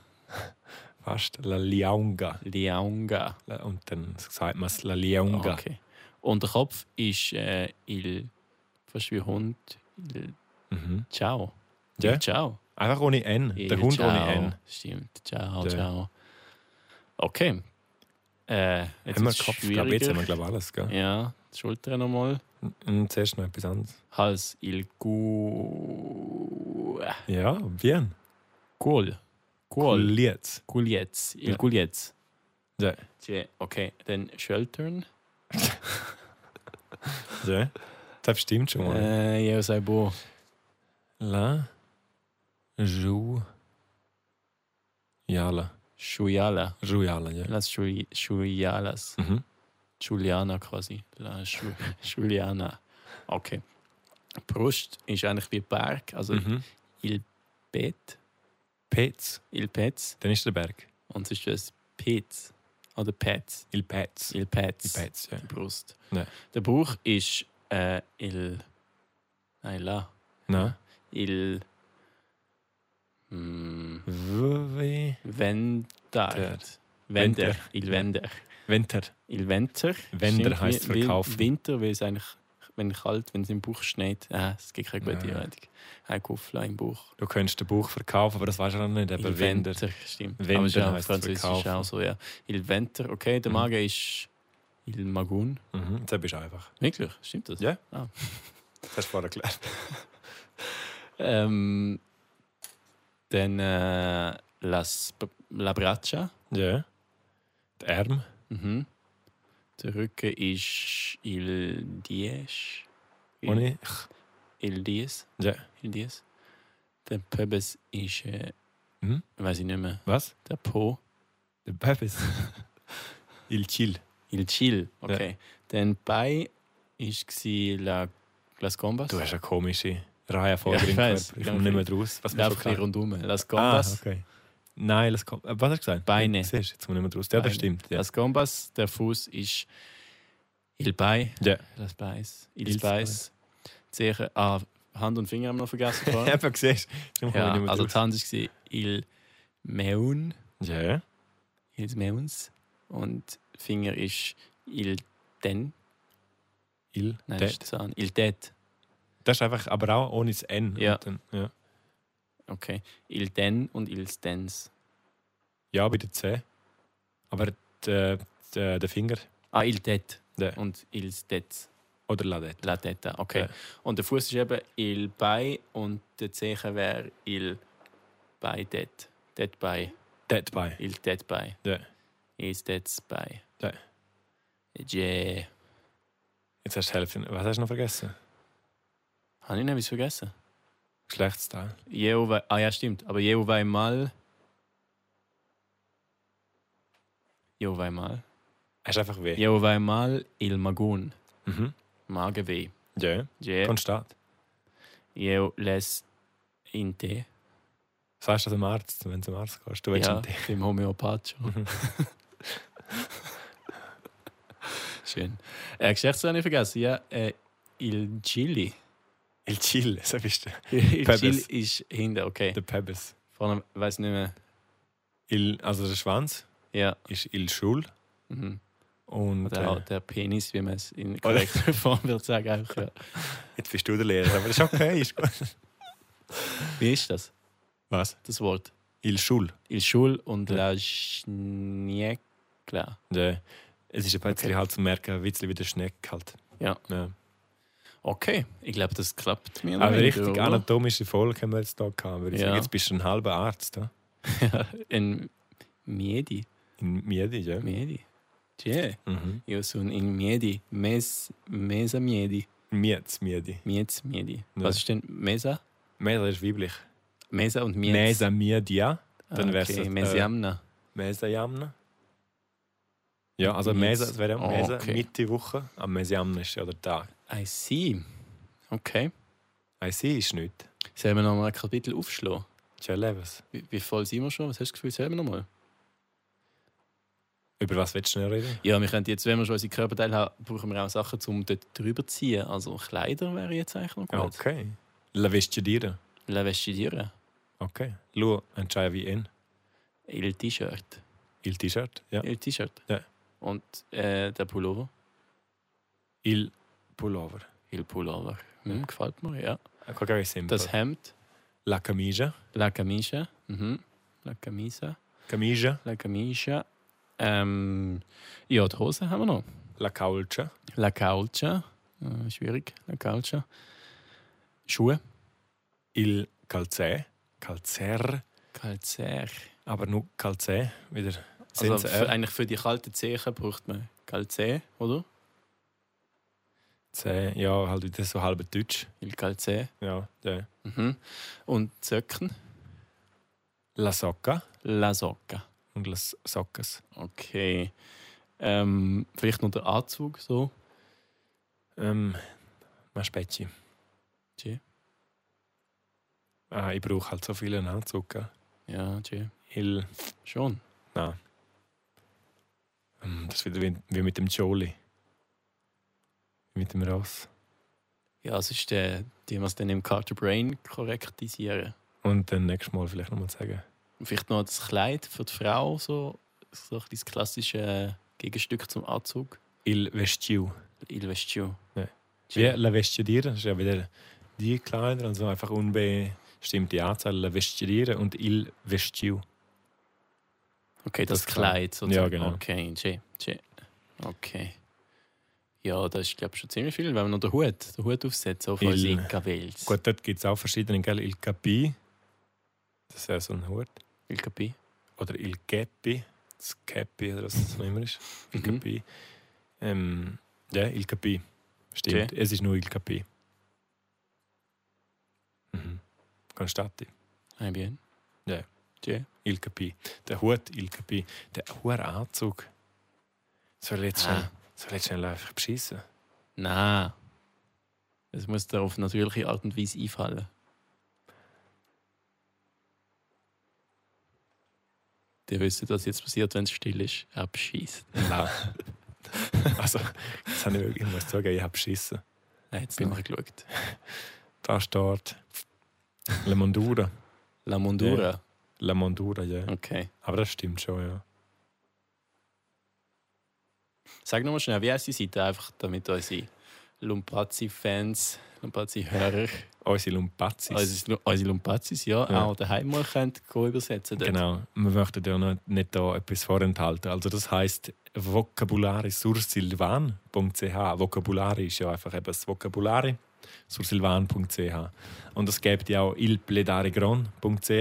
S1: Fast. La Leonga.
S2: Liunga.
S1: La- Und dann sagt man es La Leonga.
S2: Ah, Okay. Und der Kopf ist äh, Il, fast wie Hund, Il
S1: Mhm.
S2: Ciao.
S1: Ja.
S2: Il Ciao.
S1: Einfach ohne N. Der Hund
S2: ciao.
S1: ohne N.
S2: Stimmt. Ciao,
S1: Ja.
S2: ciao. Okay. Äh, jetzt
S1: Immer
S2: ist
S1: Kopf,
S2: schwieriger.
S1: glaube jetzt haben wir glaube alles, gell?
S2: Ja, die Schulter nochmal.
S1: Und Hm, zuerst noch etwas anderes.
S2: Hals, il gu...
S1: Ja, bien.
S2: Gul. Gul.
S1: Cool. Jetzt.
S2: Gulietz. Il
S1: Ja.
S2: Gulietz.
S1: Nein.
S2: Tje, Okay, dann Sheltern.
S1: Ja. Das stimmt schon mal.
S2: Äh, ja, sei bo.
S1: La. Jou. Jala.
S2: Schuyala.
S1: Jou Jala, ja.
S2: Las Schuy- Schuyalas.
S1: Mhm.
S2: Juliana quasi. La Schu Juliana. Okay. Brust ist eigentlich wie Berg, also
S1: Mhm.
S2: Il Bet,
S1: Pets.
S2: Il Petz.
S1: Dann ist der Berg.
S2: Und es ist das Petz. Oder Petz.
S1: Il Pets.
S2: Il
S1: Il
S2: Petz.
S1: Pets, ja.
S2: Die Brust.
S1: Nein.
S2: Der Bauch ist äh, Il. Nein, La.
S1: Nein.
S2: Il. Mm,
S1: W- Der.
S2: Vendar. Wender. Il Wender.
S1: Winter.
S2: Il Winter.
S1: Wender
S2: Stimmt,
S1: heisst
S2: wie- wie
S1: verkaufen.
S2: Winter, weil es eigentlich, wenn kalt, wenn es im Bauch schneit, ah, es gibt keine gute
S1: Ja.
S2: Einleitung. Ein Kuffler im Bauch.
S1: Du könntest den Buch verkaufen, aber das weißt du auch nicht. Eben
S2: Il
S1: Winter.
S2: Winter, stimmt.
S1: Wender
S2: Aber es ist auch
S1: heisst
S2: Französisch
S1: verkaufen.
S2: auch so, ja. Il Winter, okay, der
S1: Mhm.
S2: Magen ist Il Magun.
S1: Mhm. Jetzt bist du einfach.
S2: Wirklich, stimmt das?
S1: Ja.
S2: Ah.
S1: Das hast du vorher erklärt.
S2: Ähm, dann äh, las, La Braccia.
S1: Ja. Der Arm.
S2: Mhm. Der Rücken ist Il Dies.
S1: Ohne.
S2: Il Dies.
S1: Ja.
S2: Il Dies. Der Pöbes ist. Äh,
S1: Mhm.
S2: Weiß ich nicht mehr.
S1: Was?
S2: Der Po.
S1: Der Pepis. Il Chill.
S2: Il Chill. Okay. Dann bei ist gsi La Las Combas.
S1: Du hast eine komische Reihenfolge
S2: Ja, ich
S1: im
S2: weiss.
S1: Körper. Ich komme nicht mehr draus. Was
S2: Lauf ein bisschen
S1: klar-
S2: rundum. Las
S1: Ah,
S2: Combas.
S1: okay. Nein, das kommt. äh, Was hast du gesagt?
S2: Beine.
S1: Siehst, du, jetzt komme ich nicht mehr draus. Ja, das
S2: Beine.
S1: stimmt. Ja.
S2: Las Combas. Der Fuß ist Il Bei.
S1: Ja.
S2: Las Beis.
S1: Il
S2: Il Beis. Zeche. Ah, Hand und Finger haben wir noch vergessen. vorhin.
S1: Eben, siehst du. Jetzt komme ich
S2: Also, Ja,
S1: nicht mehr
S2: also
S1: draus.
S2: Tanz war Il Meun,
S1: Ja.
S2: Il Meuns und Finger ist Il Den,
S1: Il.
S2: nein,
S1: Det.
S2: das ist Zahn, Il Det,
S1: Das ist einfach, aber auch ohne das N.
S2: Ja.
S1: Und Dann, ja.
S2: okay, Il Den und Il Stens.
S1: ja, bei der C. Aber der, der, der Finger
S2: Ah, Il Det
S1: Ja.
S2: und Il Stets,
S1: oder Ladet.
S2: La Detta, okay.
S1: Ja.
S2: Und der Fuß ist eben Il Bei und der Zeichen wäre Il Bei Det, Det Bei,
S1: Dead by.
S2: Il Det Bei,
S1: Ja.
S2: Il Stets Bei.
S1: Ja.
S2: Yeah.
S1: Jetzt hast du die Hälfte. Was hast du noch vergessen?
S2: Habe ich noch etwas vergessen?
S1: Geschlechtsteil.
S2: Jehovah, ah ja, stimmt. Aber Jehovah mal. Jehovah mal.
S1: Hast einfach weh.
S2: Jehovah mal il magun.
S1: Mhm.
S2: Mageweh.
S1: Ja.
S2: Je,
S1: Konstant.
S2: jeu les in te.
S1: Sagst du das dem Arzt, wenn du zum Arzt gehst? Du willst
S2: Ja,
S1: einen Tee.
S2: im Homöopath schon. Schön. Äh, Geschlechts habe ich vergessen. Ja, äh, il chili.
S1: Il Chill. So bist du.
S2: Il
S1: Pebbles.
S2: chili ist hinten, okay.
S1: Der Pebbles.
S2: Vorne, weiß nicht mehr.
S1: Il, also der Schwanz
S2: Ja.
S1: ist Il Schul.
S2: Mhm.
S1: Und
S2: Oder auch
S1: äh,
S2: der Penis, wie man es in korrekter Form würde sagen. Auch, ja.
S1: jetzt bist du der Lehrer. Aber das ist okay. Ist gut.
S2: Wie ist das,
S1: Was?
S2: das Wort?
S1: Il Schul.
S2: Il Schul und
S1: Ja.
S2: La Schniekla.
S1: Ja. Es ist ein bisschen
S2: Okay.
S1: halt zu merken, ein bisschen wie der Schneck halt.
S2: Ja.
S1: ja.
S2: Okay, ich glaube, das klappt mir noch
S1: Aber
S2: weniger,
S1: richtig
S2: oder?
S1: anatomische Folge haben wir jetzt da gehabt. Würde ich
S2: Ja.
S1: sagen. Jetzt bist du ein halber Arzt. Ja?
S2: In Miedi.
S1: In Miedi, ja.
S2: Miedi. Tje.
S1: Mhm.
S2: Io sono in Miedi. Mes, mesa Miedi.
S1: Mietz, Miedi.
S2: Miez Miedi.
S1: Ja.
S2: Was ist denn Mesa?
S1: Mesa ist weiblich.
S2: Mesa und Miez.
S1: Mesa Miedia. dann
S2: Ah,
S1: wär's
S2: okay.
S1: das, äh,
S2: Mesiamna.
S1: Mesa Jamna. Ja, also
S2: Mietz.
S1: Mesa, es wäre
S2: Ah,
S1: Mesa
S2: okay.
S1: Mitte Woche. Am Mesa Jamna ist ja der Tag.
S2: I see. Okay.
S1: Ich sehe ist nicht.
S2: Sollen wir nochmal ein Kapitel aufschlagen?
S1: Tja, Lebens.
S2: Wie, wie voll sind wir schon? Was hast du das Gefühl? Sollen wir nochmal?
S1: Über was willst du noch reden?
S2: Ja, wir können jetzt, wenn wir schon unsere Körperteile haben, brauchen wir auch Sachen, um dort drüber zu ziehen. Also Kleider wäre jetzt eigentlich noch gut.
S1: Okay. La vestidieren.
S2: La vestidieren.
S1: Okay. Schau, entscheide wie in.
S2: Il T-Shirt.
S1: Il T-Shirt. Ja.
S2: Il T-Shirt.
S1: Ja.
S2: Und äh, der Pullover.
S1: Il Pullover.
S2: Il Pullover. Hm, Gefällt mir, ja.
S1: Okay, ganz simpel.
S2: Das Hemd.
S1: La Camicia.
S2: La Camisha. Mhm. La Camisa.
S1: Camicia.
S2: La Camisha. Ähm, ja, die Hose haben wir noch.
S1: La Caulcia.
S2: La Calcia. Äh, schwierig. La Calcia. Schuhe.
S1: Il Calzè. Calzer.
S2: Calzer.
S1: Aber nur Calzè. Wieder Sind
S2: also
S1: sie
S2: für,
S1: eher
S2: eigentlich für die kalten Zehen braucht man kalt Zehen, oder?
S1: zäh? Ja, halt wieder so halb Deutsch.
S2: Weil kalt Zehen.
S1: Ja, ja.
S2: Mhm. Und Zöcken,
S1: La Socca
S2: La Socca.
S1: und Las Soccas.
S2: Okay. Ähm, vielleicht noch der Anzug so.
S1: Ähm, Maspecci.
S2: Che.
S1: Ah, ich brauche halt so viele Anzug. gell?
S2: Ja, che.
S1: Il,
S2: Schon.
S1: ähm, das ist wieder wie, wie mit dem Joli. Mit dem Ross.
S2: Ja, es ist der, die wir es dann im Carter Brain korrektisieren.
S1: Und dann nächstes Mal vielleicht nochmal sagen.
S2: Und vielleicht noch das Kleid für die Frau, so, so ein bisschen das klassische Gegenstück zum Anzug.
S1: Il vestiu.
S2: Il vestio.
S1: Ja. Wie la vestidiere, das ist ja wieder die Kleider, also einfach unbestimmte Anzahl. La vestidiere und il vestiu.
S2: Okay, das,
S1: Das
S2: Kleid. sozusagen.
S1: Ja, genau.
S2: Okay, che, che. Okay. Ja, das ist, glaube ich, schon ziemlich viel. Wenn wir noch den Hut, den Hut aufsetzen, auf
S1: Il-
S2: unsere Inka Wels.
S1: Gut, dort gibt es auch verschiedene, gell? Il capi, das wäre so ein Hut.
S2: Il Capi.
S1: Oder il capi, das Capi oder was das auch immer ist. Il
S2: Mhm.
S1: capi. Ähm, ja, il capi. Stimmt, es ist nur il capi. Mhm. Constati.
S2: Ah, bien.
S1: Ja.
S2: Che.
S1: Il capi. Der Hut, il capi. Der hohe Anzug. Soll ich jetzt schnell,
S2: Ah,
S1: soll ich jetzt schnell einfach beschissen?
S2: nein. Es muss dir auf natürliche Art und Weise einfallen. Die wissen, was jetzt passiert, wenn es still ist. Abschießt.
S1: Nein. also, das habe ich wirklich, ich muss sagen, ich habe beschissen.
S2: Nein, jetzt
S1: Bin-
S2: nachgeschaut.
S1: Da steht La Mondura.
S2: La Mondura.
S1: La Mondura, ja.
S2: Okay.
S1: Aber das stimmt schon, ja.
S2: Sag nochmal schnell, wie heißt die Seite? Einfach damit unsere Lumpazzi-Fans, Lumpazzi-Hörer,
S1: Unsere Lumpazis.
S2: unsere unsere Lumpazis ja,
S1: Ja.
S2: auch daheim mal können, gehen übersetzen dort.
S1: genau. Wir möchten ja noch nicht da etwas vorenthalten. Also das heißt Vokabulari sursilvan.ch. Vokabulari ist ja einfach eben das Vokabulari sursilvan.ch. Und es gibt ja auch ilpledarigron.ch.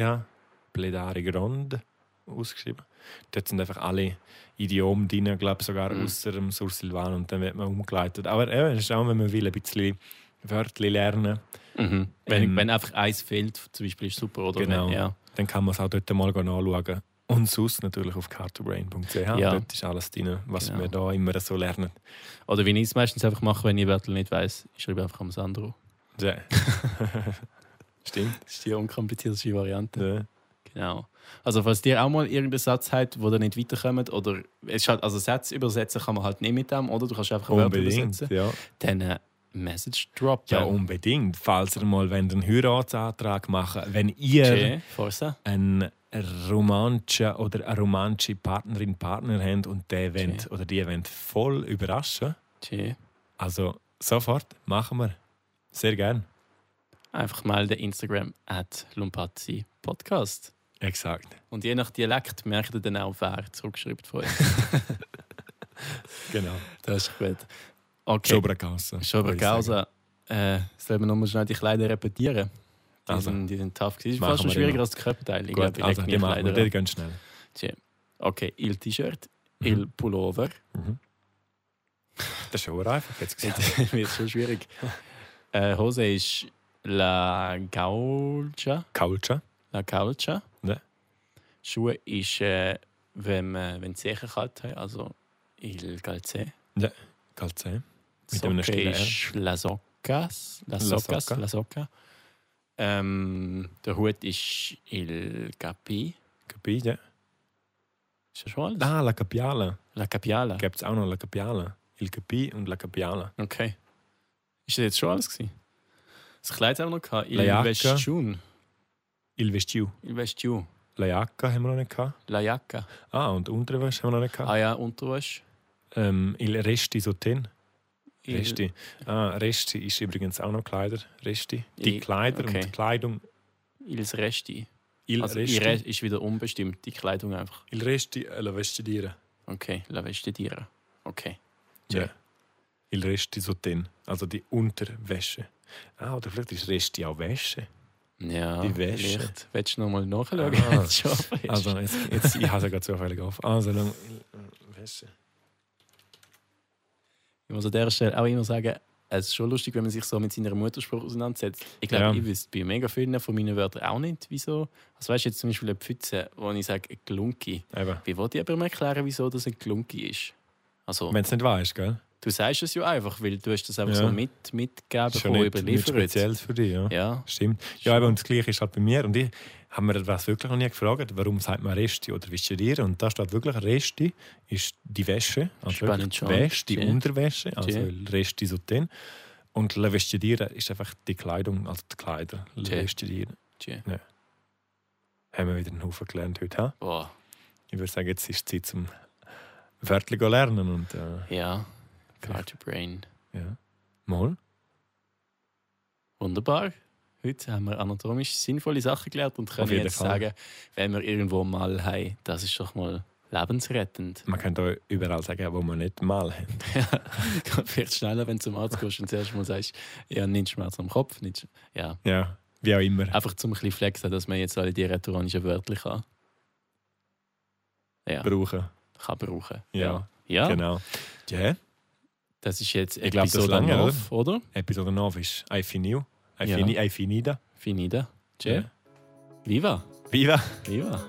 S1: Pledarigrond ausgeschrieben. Dort sind einfach alle Idiome drin, glaube ich, sogar
S2: Mhm.
S1: außer dem Sursilvan und dann wird man umgeleitet. Aber eben, ist auch, wenn man will, ein bisschen Wörter lernen.
S2: Mhm. Wenn,
S1: Ähm.
S2: wenn einfach eins fehlt, zum Beispiel, ist super, oder?
S1: Genau.
S2: Wenn, ja.
S1: dann kann man es auch dort mal anschauen. Und sonst natürlich auf cartobrain.ch.
S2: Ja.
S1: Dort ist alles drin, was
S2: Genau.
S1: wir da immer so lernen.
S2: Oder wie ich es meistens einfach mache, wenn ich Wörter nicht weiß, ich schreibe einfach am Sandro.
S1: Ja. Stimmt.
S2: Das ist die unkomplizierteste Variante.
S1: Ja.
S2: Genau. Also, falls dir auch mal irgendeinen Satz habt, wo ihr nicht weiterkommt, oder es ist halt, also Sätze übersetzen kann man halt nicht mit dem, oder du kannst einfach Wörter
S1: Unbedingt.
S2: übersetzen.
S1: Ja.
S2: Dann äh, Message droppen.
S1: ja, unbedingt. Falls ihr mal wollt, einen Heiratsantrag machen wenn ihr
S2: Che, Forza.
S1: einen romantische oder eine romantische Partnerin, Partner habt und der
S2: Schön.
S1: wollt, oder die wollt voll überraschen,
S2: Che.
S1: also sofort machen wir. Sehr gern.
S2: Einfach melden, Instagram at Lumpazzi Podcast.
S1: Exakt.
S2: Und je nach Dialekt merkt ihr dann auch, wer zurückschreibt von euch.
S1: Genau.
S2: das ist gut. Okay.
S1: Schobra Causa.
S2: Schobra Causa. Äh, sollen wir nochmal schnell die Kleider repetieren? Die,
S1: Also.
S2: sind, die sind tough. gewesen. Ist
S1: Machen
S2: fast schon
S1: wir
S2: schwieriger
S1: immer.
S2: als die Körperteile. Ich
S1: Gut,
S2: glaub, ich
S1: also
S2: leg
S1: die
S2: mir
S1: machen wir.
S2: Kleider
S1: Die gehen schnell.
S2: an. Okay, il T-Shirt,
S1: Mhm.
S2: il Pullover.
S1: Mhm. Das ist schon einfach jetzt
S2: Das
S1: gesagt.
S2: wird schon schwierig. äh, Hose ist La Gaucha.
S1: Culture.
S2: La Calcia.
S1: Ne.
S2: Äh, Schuhe ist, äh, wenn, man, wenn die Zehen kalt haben, also il calze.
S1: Calze. Mit einem
S2: Socke
S1: stillen R.
S2: ist la soccas. La
S1: La
S2: soccas.
S1: socca.
S2: La socca. Ähm, der Hut ist il capi.
S1: Capilla.
S2: Ist das schon alles?
S1: Ah, La Capiala.
S2: La capiala.
S1: Gibt es auch noch La Capiala. Il Capi und La Capiala.
S2: Okay. Ist das jetzt schon alles gewesen? Das Kleid haben wir noch gehabt. Il
S1: La Jacke.
S2: vestiun.
S1: Il Vestiu.
S2: Il vestiu.
S1: La Jacca haben wir noch nicht gehabt.
S2: La Jacca.
S1: Ah, und Unterwäsche haben wir noch nicht gehabt.
S2: Ah ja, Unterwäsche.
S1: Ähm, il Resti Sotin.
S2: Il-
S1: Resti. Ah, Resti ist übrigens auch noch Kleider. Resti. Die
S2: I-
S1: Kleider
S2: okay.
S1: und Kleidung.
S2: Ils resti.
S1: Il
S2: Also
S1: Resti.
S2: il Re- ist wieder unbestimmt. Die Kleidung einfach.
S1: il Resti äh, la vestidire.
S2: Okay, la vestidira. Okay.
S1: Ja. Il Resti Sotin. Also die Unterwäsche. Ah, oder vielleicht ist Resti auch Wäsche.
S2: Ja,
S1: Die Wäsche.
S2: vielleicht. Willst du nochmal nachschauen?
S1: Ah.
S2: wenn's schon offen ist?
S1: Also, jetzt, jetzt, ich habe es ja gerade zufällig auf. Also, lang, Wäsche.
S2: Ich muss an dieser Stelle auch immer sagen, es ist schon lustig, wenn man sich so mit seiner Muttersprache auseinandersetzt. Ich glaube,
S1: Ja.
S2: ich wüsste bei mega vielen von meinen Wörtern auch nicht, wieso. Also weißt du, jetzt zum Beispiel eine Pfütze, wo ich sage, Glunki.
S1: Eben.
S2: Wie wollte ich aber mal erklären, wieso das ein Glunki ist? Also,
S1: Wenn es nicht wahr ist, gell?
S2: du sagst es ja einfach, weil du hast das einfach
S1: Ja.
S2: so mit, mitgegeben,
S1: Ist ja
S2: bekommen,
S1: nicht, nicht
S2: überliefert.
S1: speziell für dich, ja.
S2: Ja,
S1: Stimmt. Ja, eben, und das Gleiche ist halt bei mir. Und ich habe mir das wirklich noch nie gefragt, warum sagt man Reste oder Vischerieren. Und da steht wirklich, Reste ist die Wäsche. Also
S2: Spannend
S1: wirklich
S2: schon.
S1: die Wäsche, die
S2: Ja.
S1: Unterwäsche, also
S2: Ja.
S1: Reste sozusagen. Und Le Vestidieren ist einfach die Kleidung, also die Kleider. Le
S2: Ja.
S1: Vestidieren.
S2: tschä.
S1: Haben wir wieder einen Haufen gelernt heute. hä?
S2: Boah,
S1: Ich würde sagen, jetzt ist Zeit zum Wörtchen zu lernen. Und, äh,
S2: ja. Party Brain.
S1: ja. Mal.
S2: Wunderbar. Heute haben wir anatomisch sinnvolle Sachen gelernt und können
S1: Auf jeden
S2: jetzt
S1: Fall.
S2: sagen, wenn wir irgendwo mal haben, das ist doch mal lebensrettend.
S1: Man könnte auch überall sagen, wo man nicht mal haben.
S2: Ja, geht vielleicht schneller, wenn du zum Arzt gehst und zuerst mal sagst, ja, nicht Schmerz am Kopf. Nicht, Sch- ja.
S1: Ja, wie auch immer.
S2: Einfach zum ein bisschen flexen, dass man jetzt alle die rhetorische Wörter kann. Ja,
S1: Brauchen.
S2: kann brauchen.
S1: Ja,
S2: ja Ah.
S1: genau. Ja.
S2: das ist jetzt
S1: Ich glaub, das
S2: Episode
S1: lange,
S2: 11, oder?
S1: Episode 9 ist «I finiu», «I,
S2: Ja.
S1: fini, I finida».
S2: Finida. Tschö. Viva.
S1: Viva!
S2: Viva.